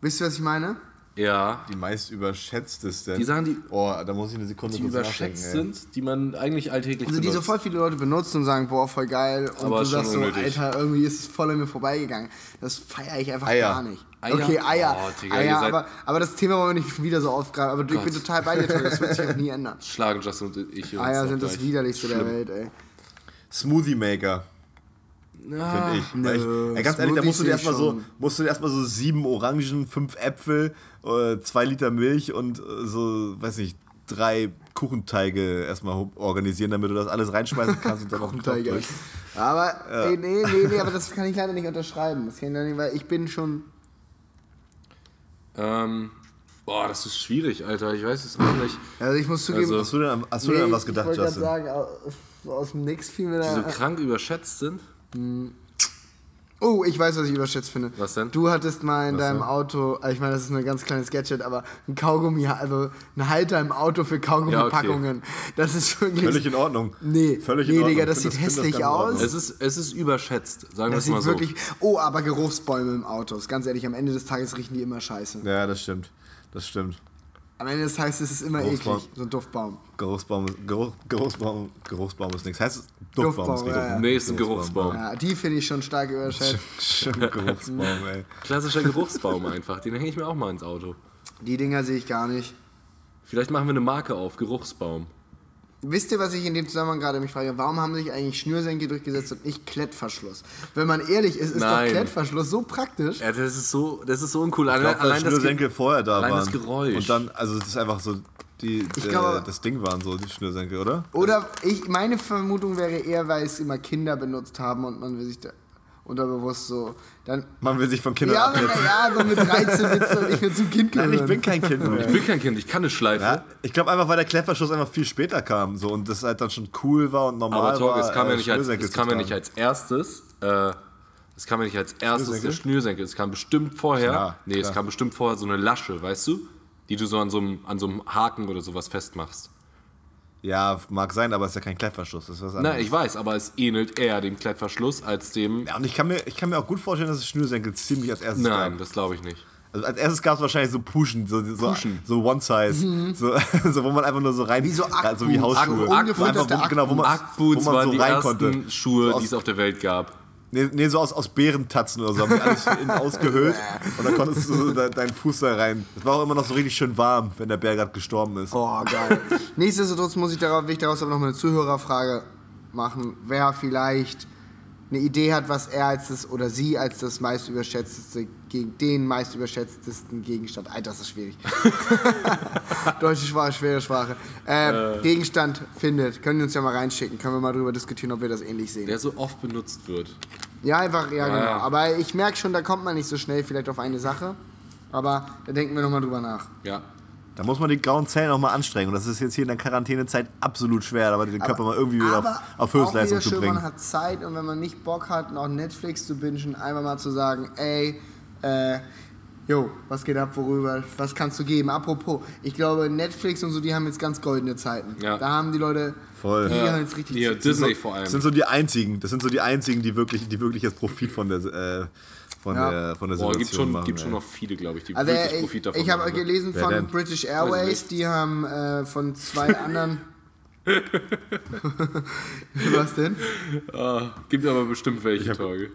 Speaker 2: Wisst ihr, was ich meine?
Speaker 3: Ja.
Speaker 1: Die meist überschätzteste.
Speaker 3: Die Sachen, die-
Speaker 1: Oh, da muss ich eine Sekunde
Speaker 3: Die
Speaker 1: kurz
Speaker 3: überschätzt
Speaker 1: nachdenken,
Speaker 3: sind, die man eigentlich alltäglich
Speaker 2: Also die so
Speaker 3: benutzt.
Speaker 2: voll viele Leute benutzen und sagen, boah, voll geil. Und
Speaker 3: Aber
Speaker 2: du
Speaker 3: ist schon
Speaker 2: sagst so,
Speaker 3: unnötig.
Speaker 2: Alter, irgendwie ist es voll an mir vorbeigegangen. Das feiere ich einfach
Speaker 1: Eier.
Speaker 2: gar nicht.
Speaker 3: Eier?
Speaker 2: Okay, Eier.
Speaker 3: Oh, Digga, ihr
Speaker 2: Eier
Speaker 3: seid- Oh
Speaker 2: aber, aber das Thema wollen wir nicht schon wieder so aufgreifen. Aber ich bin
Speaker 3: Gott.
Speaker 2: total bei dir, Tobi. Das wird sich auch nie ändern.
Speaker 3: Schlagen Justin und ich uns
Speaker 2: Eier
Speaker 3: auch
Speaker 2: Ah sind das
Speaker 3: gleich.
Speaker 2: widerlichste der Welt, ey.
Speaker 1: ey. Smoothie Maker,
Speaker 3: Ah,
Speaker 1: finde ich. Weil
Speaker 2: nö,
Speaker 1: ich ey, ganz ehrlich, da musst du dir
Speaker 2: Smoothies
Speaker 1: erstmal so,
Speaker 2: schon.
Speaker 1: musst du dir erstmal so sieben Orangen, fünf Äpfel, äh, zwei Liter Milch und äh, so, weiß nicht, drei Kuchenteige erstmal ho- organisieren, damit du das alles reinschmeißen kannst und dann noch einen Topf
Speaker 2: Tiger.
Speaker 1: drückst.
Speaker 2: Aber, ey, nee, nee, nee, aber das kann ich leider nicht unterschreiben. Das kann ich leider nicht, weil ich bin schon.
Speaker 3: Ähm, boah, das ist schwierig, Alter. Ich weiß es auch nicht.
Speaker 2: Also ich muss zugeben.
Speaker 3: Also,
Speaker 1: Hast du denn, an- hast du denn an was gedacht,
Speaker 2: ich wollte gerade
Speaker 1: Justin?
Speaker 2: sagen, au- so aus dem Nix fiel mir
Speaker 3: Die so
Speaker 2: da.
Speaker 3: krank überschätzt sind.
Speaker 2: Oh, ich weiß, was ich überschätzt finde.
Speaker 3: Was denn?
Speaker 2: Du hattest mal in deinem
Speaker 3: denn?
Speaker 2: Auto, also ich meine, das ist nur ein ganz kleines Gadget, aber ein Kaugummi, also ein Halter im Auto für Kaugummipackungen. Das ist wirklich.
Speaker 1: Völlig in Ordnung.
Speaker 2: Nee,
Speaker 1: Völlig
Speaker 2: nee,
Speaker 1: in Ordnung.
Speaker 2: Digga, das
Speaker 1: Ich
Speaker 2: sieht
Speaker 1: find find
Speaker 2: hässlich
Speaker 1: ganz in Ordnung.
Speaker 2: aus.
Speaker 3: Es ist, es ist überschätzt, sagen wir
Speaker 2: das
Speaker 3: es
Speaker 2: sieht
Speaker 3: mal so.
Speaker 2: wirklich. Oh, aber Geruchsbäume im Auto. Ist ganz ehrlich, am Ende des Tages riechen die immer scheiße.
Speaker 1: Ja, das stimmt. Das stimmt.
Speaker 2: Am Ende des Tages ist es immer
Speaker 1: Geruchsbaum.
Speaker 2: eklig, so ein Duftbaum.
Speaker 1: Geruchsbaum ist, Geruch, Geruchsbaum, Geruchsbaum ist nichts. Heißt es Duftbaum,
Speaker 2: Duftbaum,
Speaker 1: ist richtig.
Speaker 2: ja, ja.
Speaker 3: Nee, ist ein Geruchsbaum.
Speaker 2: Ja, die finde ich schon stark überschätzt.
Speaker 1: Schön Geruchsbaum, ey.
Speaker 3: Klassischer Geruchsbaum einfach. Den hänge ich mir auch mal ins Auto.
Speaker 2: Die Dinger sehe ich gar nicht.
Speaker 3: Vielleicht machen wir eine Marke auf, Geruchsbaum.
Speaker 2: Wisst ihr, was ich in dem Zusammenhang gerade mich frage? Warum haben sich eigentlich Schnürsenkel durchgesetzt und nicht Klettverschluss? Wenn man ehrlich ist, ist
Speaker 3: Nein.
Speaker 2: doch Klettverschluss so praktisch.
Speaker 3: Ja, das ist so, das ist so uncool. Allein,
Speaker 1: Ich glaube, dass
Speaker 3: allein das
Speaker 1: Schnürsenkel vorher da
Speaker 3: allein
Speaker 1: waren.
Speaker 3: das Geräusch.
Speaker 1: Und dann, also das ist einfach so, die, der-
Speaker 2: glaube-
Speaker 1: das Ding waren so, die Schnürsenkel, oder?
Speaker 2: Oder ich, meine Vermutung wäre eher, weil es immer Kinder benutzt haben und man will sich da unterbewusst so dann.
Speaker 1: Man will sich von Kindern
Speaker 2: Ja,
Speaker 1: ab.
Speaker 2: wenn er ja, so mit 13 willst du doch nicht mehr zum Kind gehören.
Speaker 1: Genau. Nein, ich bin kein Kind
Speaker 3: Ich
Speaker 1: mehr.
Speaker 3: bin kein Kind, ich kann eine Schleife.
Speaker 1: Ja, ich glaube einfach, weil der Klefferschuss einfach viel später kam so, und das halt dann schon cool war und normal
Speaker 3: Aber Torge,
Speaker 1: war.
Speaker 3: es kam,
Speaker 1: äh,
Speaker 3: ja nicht, als,
Speaker 1: Schnürsenkel
Speaker 3: es kam
Speaker 1: zu
Speaker 3: ja nicht
Speaker 1: tragen.
Speaker 3: als erstes. Äh, es kam ja nicht als erstes der
Speaker 1: Schnürsenkel?
Speaker 3: Schnürsenkel. Es kam bestimmt vorher.
Speaker 1: Klar,
Speaker 3: nee, es
Speaker 1: klar.
Speaker 3: kam bestimmt vorher so eine Lasche, weißt du? Die du so an so einem, an so einem Haken oder sowas festmachst.
Speaker 1: Ja, mag sein, aber es ist ja kein Klefferschuss. Das ist was anderes.
Speaker 3: Nein, ich weiß, aber es ähnelt eher dem Klettverschluss als dem.
Speaker 1: ja, und ich kann, mir, ich kann mir auch gut vorstellen, dass es Schnürsenkel ziemlich als erstes gab.
Speaker 3: Nein, das glaube ich nicht.
Speaker 1: Also als erstes gab es wahrscheinlich so Pushen, so, so, so One-Size, so, so, wo man einfach nur so rein,
Speaker 2: Mhm. Wie so
Speaker 1: also wie
Speaker 2: Ackboots.
Speaker 1: Hausschuhe,
Speaker 2: Ack-
Speaker 1: wo
Speaker 2: ungefilterte
Speaker 1: einfach, wo, genau, wo man,
Speaker 3: Ackboots
Speaker 1: wo man
Speaker 3: waren
Speaker 1: so
Speaker 3: die
Speaker 1: rein
Speaker 3: ersten
Speaker 1: konnte.
Speaker 3: Schuhe,
Speaker 1: So aus-
Speaker 3: die es auf der Welt gab.
Speaker 1: Nee, nee, so aus, aus Beerentatzen oder so, haben die alles innen ausgehöhlt und dann konntest du so de, deinen Fuß da rein. Es war auch immer noch so richtig schön warm, wenn der Bär gerade gestorben ist.
Speaker 2: Oh, geil. Nichtsdestotrotz muss ich darauf, will ich daraus aber noch mal eine Zuhörerfrage machen. Wer vielleicht eine Idee hat, was er als das oder sie als das meist überschätzteste, gegen den meist überschätztesten Gegenstand. Alter, das ist schwierig. Deutsche Sprache, schwere Sprache. Äh, Gegenstand findet. Können die uns ja mal reinschicken. Können wir mal drüber diskutieren, ob wir das ähnlich sehen.
Speaker 3: Der so oft benutzt wird.
Speaker 2: Ja, einfach, ja, genau.
Speaker 3: ja.
Speaker 2: Aber ich merke schon, da kommt man nicht so schnell vielleicht auf eine Sache. Aber da denken wir nochmal drüber nach.
Speaker 3: Ja.
Speaker 1: Da muss man die grauen Zellen nochmal anstrengen und das ist jetzt hier in der Quarantänezeit absolut schwer, aber den Körper mal irgendwie wieder auf,
Speaker 2: Aber
Speaker 1: auf
Speaker 2: auch
Speaker 1: Höchstleistung
Speaker 2: wieder
Speaker 1: zu
Speaker 2: schön,
Speaker 1: bringen.
Speaker 2: Man hat Zeit und wenn man nicht Bock hat, noch Netflix zu bingen, einfach mal zu sagen, ey, äh, jo, was geht ab, worüber, was kannst du geben? Apropos, ich glaube, Netflix und so, die haben jetzt ganz goldene Zeiten.
Speaker 3: Ja.
Speaker 2: Da haben die Leute,
Speaker 1: Voll.
Speaker 2: die
Speaker 1: Ja.
Speaker 2: haben jetzt richtig
Speaker 3: Hier,
Speaker 2: zu-
Speaker 3: Disney vor
Speaker 1: Das
Speaker 3: allem.
Speaker 1: sind so die einzigen, das sind so die einzigen, die wirklich, die wirklich jetzt Profit von der, äh, von
Speaker 2: Ja.
Speaker 1: der, von der
Speaker 3: Boah,
Speaker 1: Situation
Speaker 3: gibt schon,
Speaker 1: machen.
Speaker 3: gibt schon
Speaker 1: ey.
Speaker 3: noch viele, glaube ich, die
Speaker 2: Also,
Speaker 3: wirklich
Speaker 2: ey,
Speaker 3: Profit davon
Speaker 2: ich habe
Speaker 3: machen, ne?
Speaker 2: gelesen
Speaker 1: Wer
Speaker 2: von
Speaker 1: denn?
Speaker 2: British
Speaker 3: Weiß
Speaker 2: Airways,
Speaker 3: nicht.
Speaker 2: die haben äh, von zwei anderen. Was denn?
Speaker 3: Ah, gibt aber bestimmt welche
Speaker 1: hab-
Speaker 3: Tage.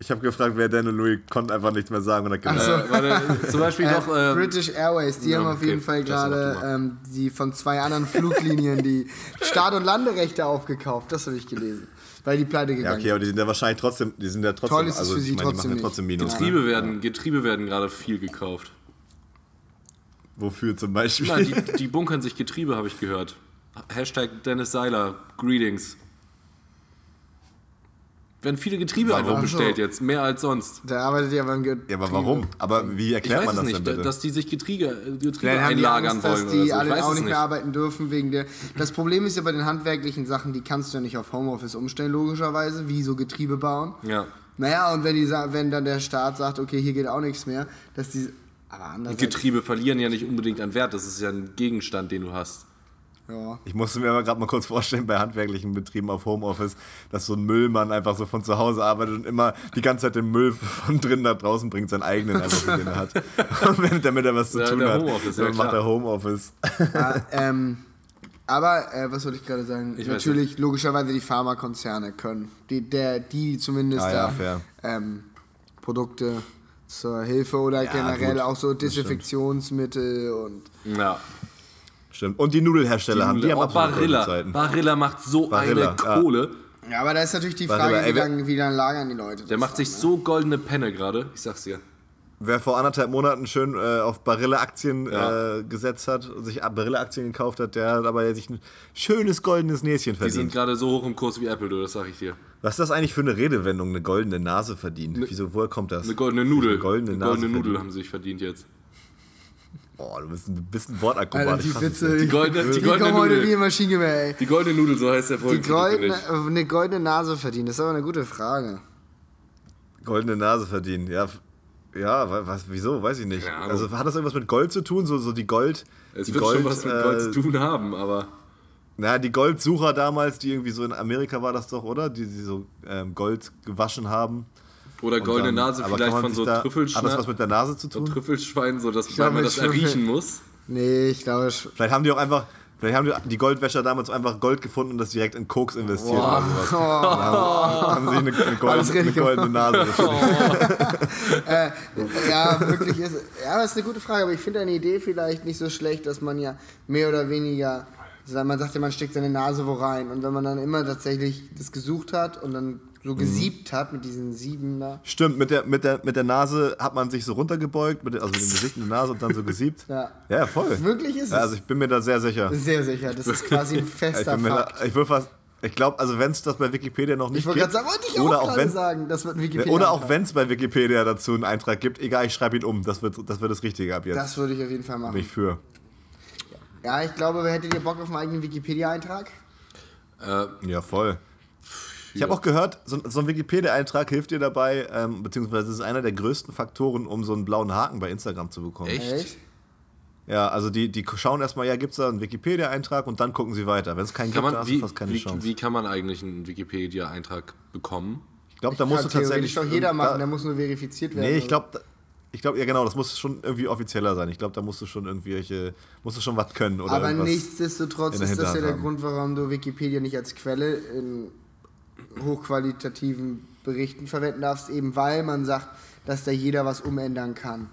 Speaker 1: Ich habe gefragt, wer Dan und Louis konnte einfach nichts mehr sagen und hat gesagt,
Speaker 2: so.
Speaker 3: Äh, warte, zum Beispiel noch.
Speaker 2: Äh,
Speaker 3: ähm,
Speaker 2: British Airways, die
Speaker 3: ja,
Speaker 2: haben auf
Speaker 3: okay,
Speaker 2: jeden Fall
Speaker 3: das mach du
Speaker 2: gerade
Speaker 3: mal.
Speaker 2: ähm, die von zwei anderen Fluglinien die Start- und Landerechte aufgekauft. Das habe ich gelesen, weil die pleite
Speaker 1: ja
Speaker 2: gegangen
Speaker 1: okay, aber die sind ja wahrscheinlich trotzdem, die sind ja trotzdem,
Speaker 2: Toll ist es
Speaker 1: also
Speaker 2: für sie
Speaker 1: ich meine, die
Speaker 2: trotzdem
Speaker 1: machen
Speaker 2: nicht.
Speaker 1: ja trotzdem Minus. Ne?
Speaker 3: Getriebe, werden, Getriebe werden gerade viel gekauft.
Speaker 1: Wofür zum Beispiel?
Speaker 3: Nein, die, die bunkern sich Getriebe, habe ich gehört. Hashtag Dennis Seiler, Greetings. Werden viele Getriebe
Speaker 1: Warum?
Speaker 3: einfach bestellt
Speaker 2: Also.
Speaker 3: jetzt, mehr als sonst.
Speaker 2: sind. Da arbeitet ihr aber im Get
Speaker 1: ja, aber warum? Aber wie
Speaker 3: Ich
Speaker 1: erklärt
Speaker 3: weiß
Speaker 1: man
Speaker 3: es
Speaker 1: das
Speaker 3: nicht,
Speaker 1: denn bitte?
Speaker 3: dass die sich Getriebe, Getriebe
Speaker 2: Dann haben die
Speaker 3: einlagern
Speaker 2: Angst,
Speaker 3: wollen
Speaker 2: dass
Speaker 3: oder
Speaker 2: die
Speaker 3: so. Ich
Speaker 2: alle
Speaker 3: weiß
Speaker 2: auch
Speaker 3: es
Speaker 2: nicht
Speaker 3: nicht.
Speaker 2: mehr arbeiten dürfen wegen der. Das Problem ist ja bei den handwerklichen Sachen, die kannst du ja nicht auf Homeoffice umstellen logischerweise, wie so Getriebe bauen.
Speaker 3: Ja.
Speaker 2: Naja, und wenn, die, sa- wenn dann der Staat sagt, okay, hier geht auch nichts mehr, dass die. Aber andererseits.
Speaker 3: Getriebe verlieren ja nicht unbedingt an Wert, das ist ja ein Gegenstand, den du hast.
Speaker 2: Ja.
Speaker 1: Ich musste mir aber gerade mal kurz vorstellen, bei handwerklichen Betrieben auf Homeoffice, dass so ein Müllmann einfach so von zu Hause arbeitet und immer die ganze Zeit den Müll von drinnen nach draußen bringt, seinen eigenen einfach, den er hat. Und wenn, damit er was zu
Speaker 3: Ja,
Speaker 1: tun
Speaker 3: der
Speaker 1: hat,
Speaker 3: Homeoffice, ja,
Speaker 1: dann macht
Speaker 3: klar.
Speaker 1: er Homeoffice.
Speaker 2: Ah, ähm, aber äh, was wollte ich gerade sagen?
Speaker 3: Ich weiß
Speaker 2: Natürlich, logischerweise die Pharmakonzerne können. Die, der, die zumindest
Speaker 1: Ah, ja,
Speaker 2: da
Speaker 1: fair.
Speaker 2: ähm, Produkte zur Hilfe oder
Speaker 1: Ja,
Speaker 2: generell
Speaker 1: gut,
Speaker 2: auch so
Speaker 1: das stimmt.
Speaker 2: Desinfektionsmittel und
Speaker 3: Ja.
Speaker 1: Stimmt. Und die Nudelhersteller haben die haben
Speaker 3: oh,
Speaker 1: absolut
Speaker 3: Barilla.
Speaker 1: Zeiten.
Speaker 3: Barilla macht so
Speaker 1: Barilla,
Speaker 3: eine
Speaker 1: ja.
Speaker 3: Kohle.
Speaker 2: ja, aber da ist natürlich die
Speaker 1: Warte
Speaker 2: Frage,
Speaker 1: mal, ey,
Speaker 2: wie
Speaker 1: wer-
Speaker 2: lange wie lang lagern die Leute.
Speaker 3: Der
Speaker 2: das
Speaker 3: macht
Speaker 2: dann,
Speaker 3: sich
Speaker 2: ne?
Speaker 3: so goldene Penne gerade. Ich sag's dir.
Speaker 1: Wer vor anderthalb Monaten schön äh, auf Barilla-Aktien
Speaker 3: Ja.
Speaker 1: äh, gesetzt hat und sich Barilla-Aktien gekauft hat, der hat aber sich ein schönes goldenes Näschen
Speaker 3: Die sind
Speaker 1: verdient.
Speaker 3: gerade so hoch im Kurs wie Apple, du, das sag ich dir.
Speaker 1: Was ist das eigentlich für eine Redewendung, eine goldene Nase verdient? Wieso, woher kommt das?
Speaker 3: Ne- Eine goldene Nudel.
Speaker 1: Eine goldene
Speaker 3: Eine
Speaker 1: Nase
Speaker 3: goldene Nudel
Speaker 1: verdient.
Speaker 3: haben sie sich verdient jetzt.
Speaker 1: Oh, du bist ein bisschen
Speaker 2: Alter,
Speaker 1: Wortakrobat. ich
Speaker 2: die
Speaker 1: fass es
Speaker 2: Witze,
Speaker 1: nicht.
Speaker 2: die,
Speaker 3: Die goldene, die goldene
Speaker 2: kommen heute wie
Speaker 3: Nudel.
Speaker 2: im Maschinengewehr, ey.
Speaker 3: Die goldene Nudel, so heißt der
Speaker 2: Die
Speaker 3: Folge.
Speaker 2: goldene, eine goldene Nase verdient, das ist aber eine gute Frage.
Speaker 1: Goldene Nase verdienen, ja. f- Ja, wa- was, wieso, weiß ich nicht.
Speaker 3: Keine Ahnung.
Speaker 1: Also hat das irgendwas mit Gold zu tun? So, so die Gold.
Speaker 3: Es
Speaker 1: die
Speaker 3: wird schon was mit Gold zu tun haben, aber
Speaker 1: Na, die Goldsucher damals, die irgendwie so in Amerika war das doch, oder? Die, die so ähm, Gold gewaschen haben.
Speaker 3: Oder
Speaker 1: Und
Speaker 3: goldene
Speaker 1: dann-
Speaker 3: Nase
Speaker 1: aber kann
Speaker 3: vielleicht
Speaker 1: man
Speaker 3: von
Speaker 1: sich
Speaker 3: so
Speaker 1: da- Hat das was
Speaker 3: Trüffelschwein,
Speaker 1: mit der Nase zu
Speaker 3: so
Speaker 1: tun?
Speaker 3: Trüffelschwein, so dass
Speaker 2: glaub,
Speaker 3: man das
Speaker 2: ich schwöre.
Speaker 3: erriechen muss.
Speaker 2: Nee, ich glaube, sch-
Speaker 1: vielleicht haben die auch einfach, vielleicht haben die, die Goldwäscher damals einfach Gold gefunden und das direkt in Koks investiert oder sowas. Und Haben, haben sich eine, eine,
Speaker 2: Alles
Speaker 1: gold, eine
Speaker 2: richtig
Speaker 1: goldene Nase. geschnitten.
Speaker 2: Ja, wirklich ist. Ja, aber ist eine gute Frage, aber ich finde eine Idee vielleicht nicht so schlecht, dass man ja mehr oder weniger. sa- Man sagt ja, man steckt seine Nase wo rein. Und wenn man dann immer tatsächlich das gesucht hat und dann so
Speaker 1: Mhm.
Speaker 2: gesiebt hat mit diesen sieben da.
Speaker 1: Stimmt, mit der, mit, der, mit der Nase hat man sich so runtergebeugt, mit, der- also mit dem Gesicht und der Nase und dann so gesiebt.
Speaker 2: Ja.
Speaker 1: ja voll.
Speaker 2: Wirklich ist es.
Speaker 1: Ja, also ich bin mir da sehr sicher.
Speaker 2: Sehr sicher, das ist quasi ein
Speaker 1: Ich,
Speaker 2: fester
Speaker 1: bin mir da,
Speaker 2: Fakt.
Speaker 1: ich würde fast, ich glaube, also wenn es das bei Wikipedia noch nicht
Speaker 2: Ich wollte
Speaker 1: gibt,
Speaker 2: gerade sagen, wollte ich
Speaker 1: oder
Speaker 2: auch
Speaker 1: auch
Speaker 2: gerade
Speaker 1: wenn
Speaker 2: sagen, das wird ein Wikipedia.
Speaker 1: oder auch wenn es bei Wikipedia dazu einen Eintrag gibt, egal, ich schreibe ihn um. Das wird das, wird das Richtige ab jetzt.
Speaker 2: Das würde ich auf jeden Fall
Speaker 1: bin
Speaker 2: machen.
Speaker 1: ich für.
Speaker 2: Ja, ich glaube, hättet ihr Bock auf einen eigenen Wikipedia-Eintrag?
Speaker 3: Äh,
Speaker 1: Ja, voll. Ich habe auch gehört, so, so ein Wikipedia-Eintrag hilft dir dabei, ähm, beziehungsweise es ist einer der größten Faktoren, um so einen blauen Haken bei Instagram zu bekommen.
Speaker 3: Echt?
Speaker 1: Ja, also die, die schauen erstmal, ja, gibt es da einen Wikipedia-Eintrag und dann gucken sie weiter. Wenn es keinen
Speaker 3: kann
Speaker 1: gibt, dann
Speaker 3: man,
Speaker 1: hast du
Speaker 3: wie,
Speaker 1: fast keine
Speaker 3: wie,
Speaker 1: Chance.
Speaker 3: wie kann man eigentlich einen Wikipedia-Eintrag bekommen?
Speaker 1: ich glaube, da musst du
Speaker 2: Kann
Speaker 1: tatsächlich.
Speaker 2: theoretisch doch jeder
Speaker 1: da-
Speaker 2: machen, der muss nur verifiziert werden.
Speaker 1: Nee, ich glaube, ich glaube, ja genau, das muss schon irgendwie offizieller sein. Ich glaube, da musst du schon irgendwelche, musst du schon was können oder
Speaker 2: Aber
Speaker 1: irgendwas.
Speaker 2: nichtsdestotrotz
Speaker 1: in der
Speaker 2: ist das ja
Speaker 1: Hinterhand
Speaker 2: der
Speaker 1: haben.
Speaker 2: Grund, warum du Wikipedia nicht als Quelle in hochqualitativen Berichten verwenden darfst, eben weil man sagt, dass da jeder was umändern kann.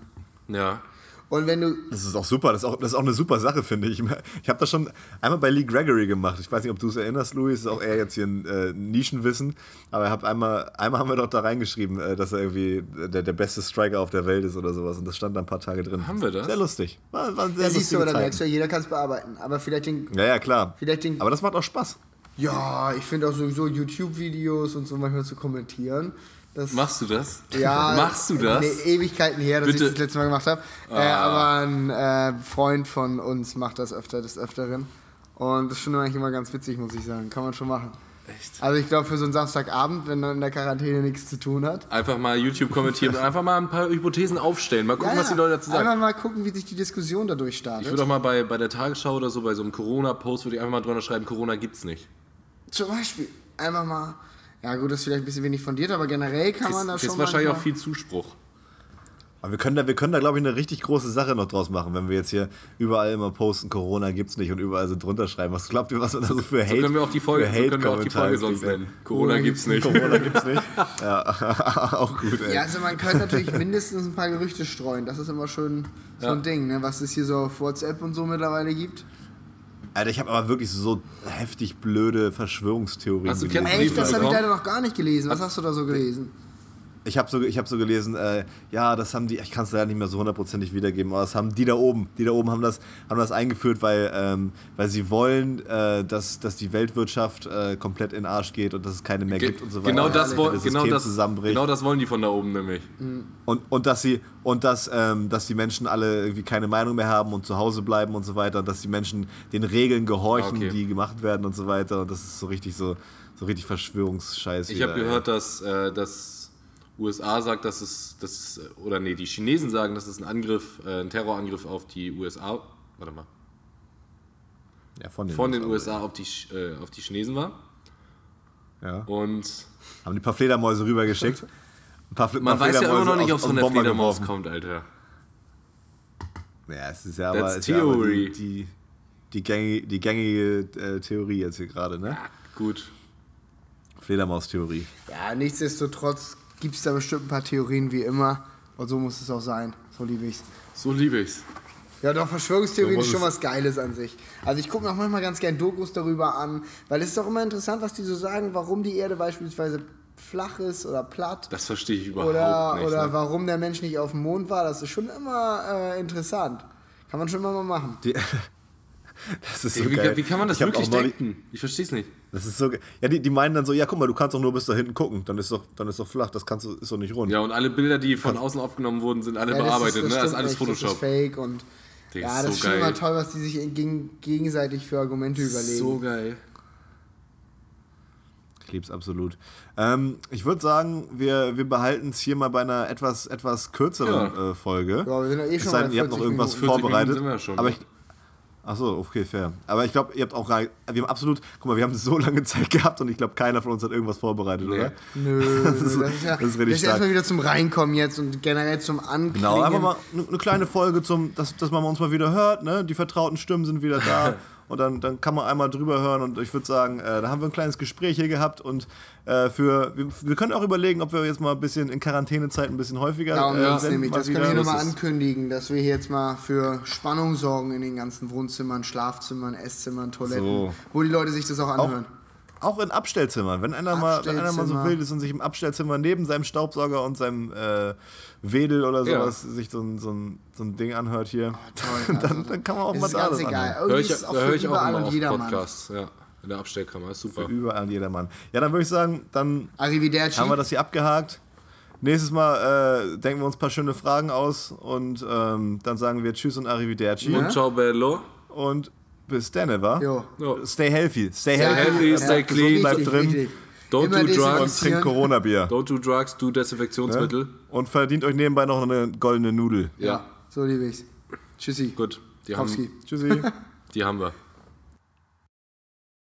Speaker 3: Ja.
Speaker 2: Und wenn du.
Speaker 1: Das ist auch super, das ist auch, das ist auch eine super Sache, finde ich. Ich habe das schon einmal bei Lee Gregory gemacht. Ich weiß nicht, ob du es erinnerst, Louis, ist auch eher jetzt hier ein äh, Nischenwissen, aber ich hab einmal, einmal haben wir doch da reingeschrieben, äh, dass er irgendwie der, der beste Striker auf der Welt ist oder sowas und das stand da ein paar Tage drin.
Speaker 3: Haben wir das?
Speaker 1: Sehr lustig. War, war sehr
Speaker 2: Da siehst du,
Speaker 1: lustige
Speaker 2: oder merkst
Speaker 1: Zeiten.
Speaker 2: du, jeder kann es bearbeiten. Aber vielleicht den.
Speaker 1: Ja, ja, klar.
Speaker 2: Vielleicht den
Speaker 1: Aber das macht auch Spaß.
Speaker 2: ja, ich finde auch sowieso YouTube-Videos und so manchmal zu kommentieren. Das
Speaker 3: Machst du das?
Speaker 2: Ja,
Speaker 3: Machst du das?
Speaker 2: Nee, Ewigkeiten her, dass
Speaker 3: Bitte. Ah.
Speaker 2: ich das letzte Mal gemacht habe. Äh, aber ein äh, Freund von uns macht das öfter, des Öfteren. Und das ist schon eigentlich immer ganz witzig, muss ich sagen. Kann man schon machen.
Speaker 3: Echt?
Speaker 2: Also ich glaube, für so einen Samstagabend, wenn man in der Quarantäne nichts zu tun hat.
Speaker 3: Einfach mal YouTube kommentieren und einfach mal ein paar Hypothesen aufstellen. Mal gucken, was die Leute dazu sagen.
Speaker 2: Einfach mal gucken, wie sich die Diskussion dadurch
Speaker 3: Ich
Speaker 2: startet.
Speaker 3: würde auch mal bei, bei der Tagesschau oder so, bei so einem Corona-Post, würde ich einfach mal drunter schreiben, Corona gibt's nicht.
Speaker 2: Zum Beispiel einfach mal... Ja gut, das ist vielleicht ein bisschen wenig fundiert, aber generell kann
Speaker 3: Ist,
Speaker 2: man da
Speaker 3: ist
Speaker 2: schon
Speaker 3: wahrscheinlich auch
Speaker 2: manchmal-
Speaker 3: viel Zuspruch.
Speaker 1: Aber wir können da, wir können da glaube ich, eine richtig große Sache noch draus machen, wenn wir jetzt hier überall immer posten, Corona gibt's nicht und überall so drunter schreiben. Was glaubt ihr, was wir da so für Hate
Speaker 3: Können wir auch die Folge,
Speaker 1: für
Speaker 3: so können wir auch die
Speaker 1: Hate-Kommentare
Speaker 3: Folge sonst
Speaker 1: kriegen, ey?
Speaker 3: nennen. Corona gibt's nicht.
Speaker 1: Corona gibt's nicht. ja, auch gut, ey.
Speaker 2: Ja, also man könnte natürlich mindestens ein paar Gerüchte streuen. Das ist immer schon so ein Ding, ne? was es hier so auf WhatsApp und so mittlerweile gibt.
Speaker 1: Alter, ich habe aber wirklich so heftig blöde Verschwörungstheorien.
Speaker 3: Hast du
Speaker 1: gelesen.
Speaker 3: Kenntnis-
Speaker 2: Echt?
Speaker 3: Briefe
Speaker 2: Das habe ich
Speaker 3: bekommen?
Speaker 2: leider noch gar nicht gelesen. Was hast du da so gelesen?
Speaker 1: Ich habe so, ich hab so gelesen, äh, ja, das haben die, ich kann es leider nicht mehr so hundertprozentig wiedergeben, aber das haben die da oben, die da oben haben das, haben das eingeführt, weil, ähm, weil sie wollen, äh, dass, dass die Weltwirtschaft äh, komplett in den Arsch geht und dass es keine mehr
Speaker 3: Ge-
Speaker 1: gibt und so weiter.
Speaker 3: Genau das,
Speaker 1: dass
Speaker 3: wollen-
Speaker 1: das
Speaker 3: genau,
Speaker 1: System
Speaker 3: das,
Speaker 1: zusammenbricht.
Speaker 3: genau das wollen die von da oben nämlich.
Speaker 1: Und, und dass sie und dass, ähm, dass die Menschen alle irgendwie keine Meinung mehr haben und zu Hause bleiben und so weiter, und dass die Menschen den Regeln gehorchen,
Speaker 3: Ah, okay.
Speaker 1: die gemacht werden und so weiter. Und das ist so richtig so, so richtig Verschwörungsscheiß.
Speaker 3: Ich
Speaker 1: wieder,
Speaker 3: habe
Speaker 1: ey.
Speaker 3: gehört, dass, äh, dass USA sagt, dass es, dass, oder nee, die Chinesen sagen, dass es ein Angriff, äh, ein Terrorangriff auf die USA, warte mal,
Speaker 1: Ja, von den,
Speaker 3: von den
Speaker 1: USA.
Speaker 3: USA auf die, Sch- äh, auf die Chinesen war.
Speaker 1: Ja.
Speaker 3: Und
Speaker 1: Haben die paar Fledermäuse rübergeschickt. Ein paar Fl
Speaker 3: man
Speaker 1: paar
Speaker 3: weiß ja immer noch nicht, ob
Speaker 1: aus-
Speaker 3: es
Speaker 1: aus
Speaker 3: von der
Speaker 1: Bomber
Speaker 3: Fledermaus
Speaker 1: geworfen.
Speaker 3: kommt, Alter.
Speaker 1: Ja, es ist ja aber,
Speaker 3: That's
Speaker 1: ist ja aber
Speaker 3: theory.
Speaker 1: die, die, die gängige, die gängige äh, Theorie jetzt hier gerade, ne?
Speaker 3: Gut.
Speaker 1: Fledermaus-Theorie.
Speaker 2: Ja, nichtsdestotrotz gibt es da bestimmt ein paar Theorien wie immer. Und so muss es auch sein. So liebe ich's.
Speaker 3: So liebe ich's.
Speaker 2: Ja, doch, Verschwörungstheorien
Speaker 1: So muss
Speaker 2: ist schon
Speaker 1: es-
Speaker 2: was Geiles an sich. Also ich gucke mir auch manchmal ganz gern Dokus darüber an, weil es ist doch immer interessant, was die so sagen, warum die Erde beispielsweise flach ist oder platt.
Speaker 3: Das verstehe ich überhaupt
Speaker 2: Oder,
Speaker 3: nicht.
Speaker 2: oder
Speaker 3: ne?
Speaker 2: warum der Mensch nicht auf dem Mond war. Das ist schon immer äh, interessant. Kann man schon immer mal machen.
Speaker 1: Die, das ist so
Speaker 3: Ey, wie,
Speaker 1: geil.
Speaker 3: wie kann man das
Speaker 1: Ich hab
Speaker 3: wirklich
Speaker 1: auch neulich-
Speaker 3: denken? Ich versteh's nicht.
Speaker 1: Das ist so, ge- ja, die, die meinen dann so, ja, guck mal, du kannst doch nur bis da hinten gucken, dann ist doch, dann ist doch flach, das kannst du, ist doch nicht rund.
Speaker 3: Ja, und alle Bilder, die von außen aufgenommen wurden, sind alle
Speaker 2: Ja, das
Speaker 3: bearbeitet.
Speaker 2: das
Speaker 3: ne? das ist
Speaker 2: stimmt
Speaker 3: alles
Speaker 2: nicht,
Speaker 3: Photoshop.
Speaker 2: Das ist fake und
Speaker 3: Digga,
Speaker 2: ja,
Speaker 3: ist
Speaker 2: das
Speaker 3: so
Speaker 2: ist schon
Speaker 3: geil.
Speaker 2: immer toll, was die sich gegen, gegenseitig für Argumente überlegen.
Speaker 3: so geil.
Speaker 1: Ich lieb's absolut. Ähm, ich würde sagen, wir, wir behalten es hier mal bei einer etwas, etwas kürzeren
Speaker 3: Ja.
Speaker 1: äh, Folge.
Speaker 2: Ja, wir sind ja eh
Speaker 1: es
Speaker 2: schon
Speaker 1: sei
Speaker 2: bei
Speaker 1: denn, ihr habt noch
Speaker 2: 40
Speaker 1: irgendwas
Speaker 3: 40
Speaker 2: Minuten.
Speaker 1: vorbereitet.
Speaker 3: Minuten sind wir schon,
Speaker 1: aber
Speaker 3: ja.
Speaker 1: ich, ach so, okay, fair. Aber ich glaube, ihr habt auch gar, wir haben absolut, guck mal, wir haben so lange Zeit gehabt und ich glaube, keiner von uns hat irgendwas vorbereitet, oder?
Speaker 2: Nö, das
Speaker 1: ist-
Speaker 2: ist, das ist, ja,
Speaker 1: das ist richtig
Speaker 2: das ist
Speaker 1: stark.
Speaker 2: erstmal wieder zum Reinkommen jetzt und generell zum Anklingen.
Speaker 1: Genau, einfach mal eine ne kleine Folge zum, dass, dass man uns mal wieder hört, ne? Die vertrauten Stimmen sind wieder da. Und dann, dann kann man einmal drüber hören und ich würde sagen, äh, da haben wir ein kleines Gespräch hier gehabt und äh, für wir, wir können auch überlegen, ob wir jetzt mal ein bisschen in Quarantänezeit ein bisschen häufiger
Speaker 2: Darum
Speaker 1: äh,
Speaker 2: geht's
Speaker 1: senden,
Speaker 2: nämlich.
Speaker 1: mal
Speaker 2: Das
Speaker 1: wieder.
Speaker 2: können wir
Speaker 3: Das
Speaker 2: nochmal
Speaker 3: ist-
Speaker 2: ankündigen, dass wir hier jetzt mal für Spannung sorgen in den ganzen Wohnzimmern, Schlafzimmern, Esszimmern, Toiletten,
Speaker 1: So.
Speaker 2: wo die Leute sich das auch
Speaker 1: auch,
Speaker 2: anhören.
Speaker 1: auch in Abstellzimmern. Wenn einer, mal, wenn einer mal so
Speaker 2: Abstellzimmer.
Speaker 1: wild ist und sich im Abstellzimmer neben seinem Staubsauger und seinem äh, Wedel oder
Speaker 3: Ja.
Speaker 1: sowas sich so ein, so, ein, so ein Ding anhört hier,
Speaker 2: Toll, also,
Speaker 1: dann, dann kann man auch
Speaker 2: es
Speaker 1: mal
Speaker 2: ist
Speaker 1: da
Speaker 2: ganz
Speaker 1: das
Speaker 2: egal.
Speaker 1: anhören.
Speaker 2: Irgendwie
Speaker 3: Hör
Speaker 2: ist
Speaker 3: ich,
Speaker 2: es auch
Speaker 3: hör
Speaker 2: für
Speaker 3: ich auch
Speaker 2: überall
Speaker 3: immer
Speaker 2: und
Speaker 3: auf
Speaker 2: jedermann.
Speaker 3: Podcasts. Ja, in der Abstellkammer. Ist
Speaker 2: Oh,
Speaker 3: super.
Speaker 1: Überall jedermann. Ja, dann würde ich sagen, dann
Speaker 2: Arrivederci.
Speaker 1: haben wir das hier abgehakt. Nächstes Mal äh, denken wir uns ein paar schöne Fragen aus und ähm, dann sagen wir Tschüss und Arrivederci.
Speaker 3: Und ciao, bello.
Speaker 1: Und bis dann, wa?
Speaker 2: Jo.
Speaker 3: Jo.
Speaker 1: Stay healthy. Stay
Speaker 2: Ja,
Speaker 1: healthy.
Speaker 3: healthy, stay
Speaker 1: Bleibt
Speaker 3: clean.
Speaker 1: gesund, bleibt
Speaker 2: richtig,
Speaker 1: drin
Speaker 2: richtig.
Speaker 3: Don't
Speaker 2: Immer
Speaker 3: do drugs.
Speaker 1: und trinkt
Speaker 2: desinfizieren.
Speaker 1: Corona-Bier. ne?
Speaker 3: Don't do drugs, do Desinfektionsmittel.
Speaker 1: Und verdient euch nebenbei noch eine goldene Nudel.
Speaker 3: Ja,
Speaker 2: So liebe ich's. Tschüssi.
Speaker 3: gut. Die haben,
Speaker 2: Kowski.
Speaker 1: Tschüssi.
Speaker 3: die haben wir.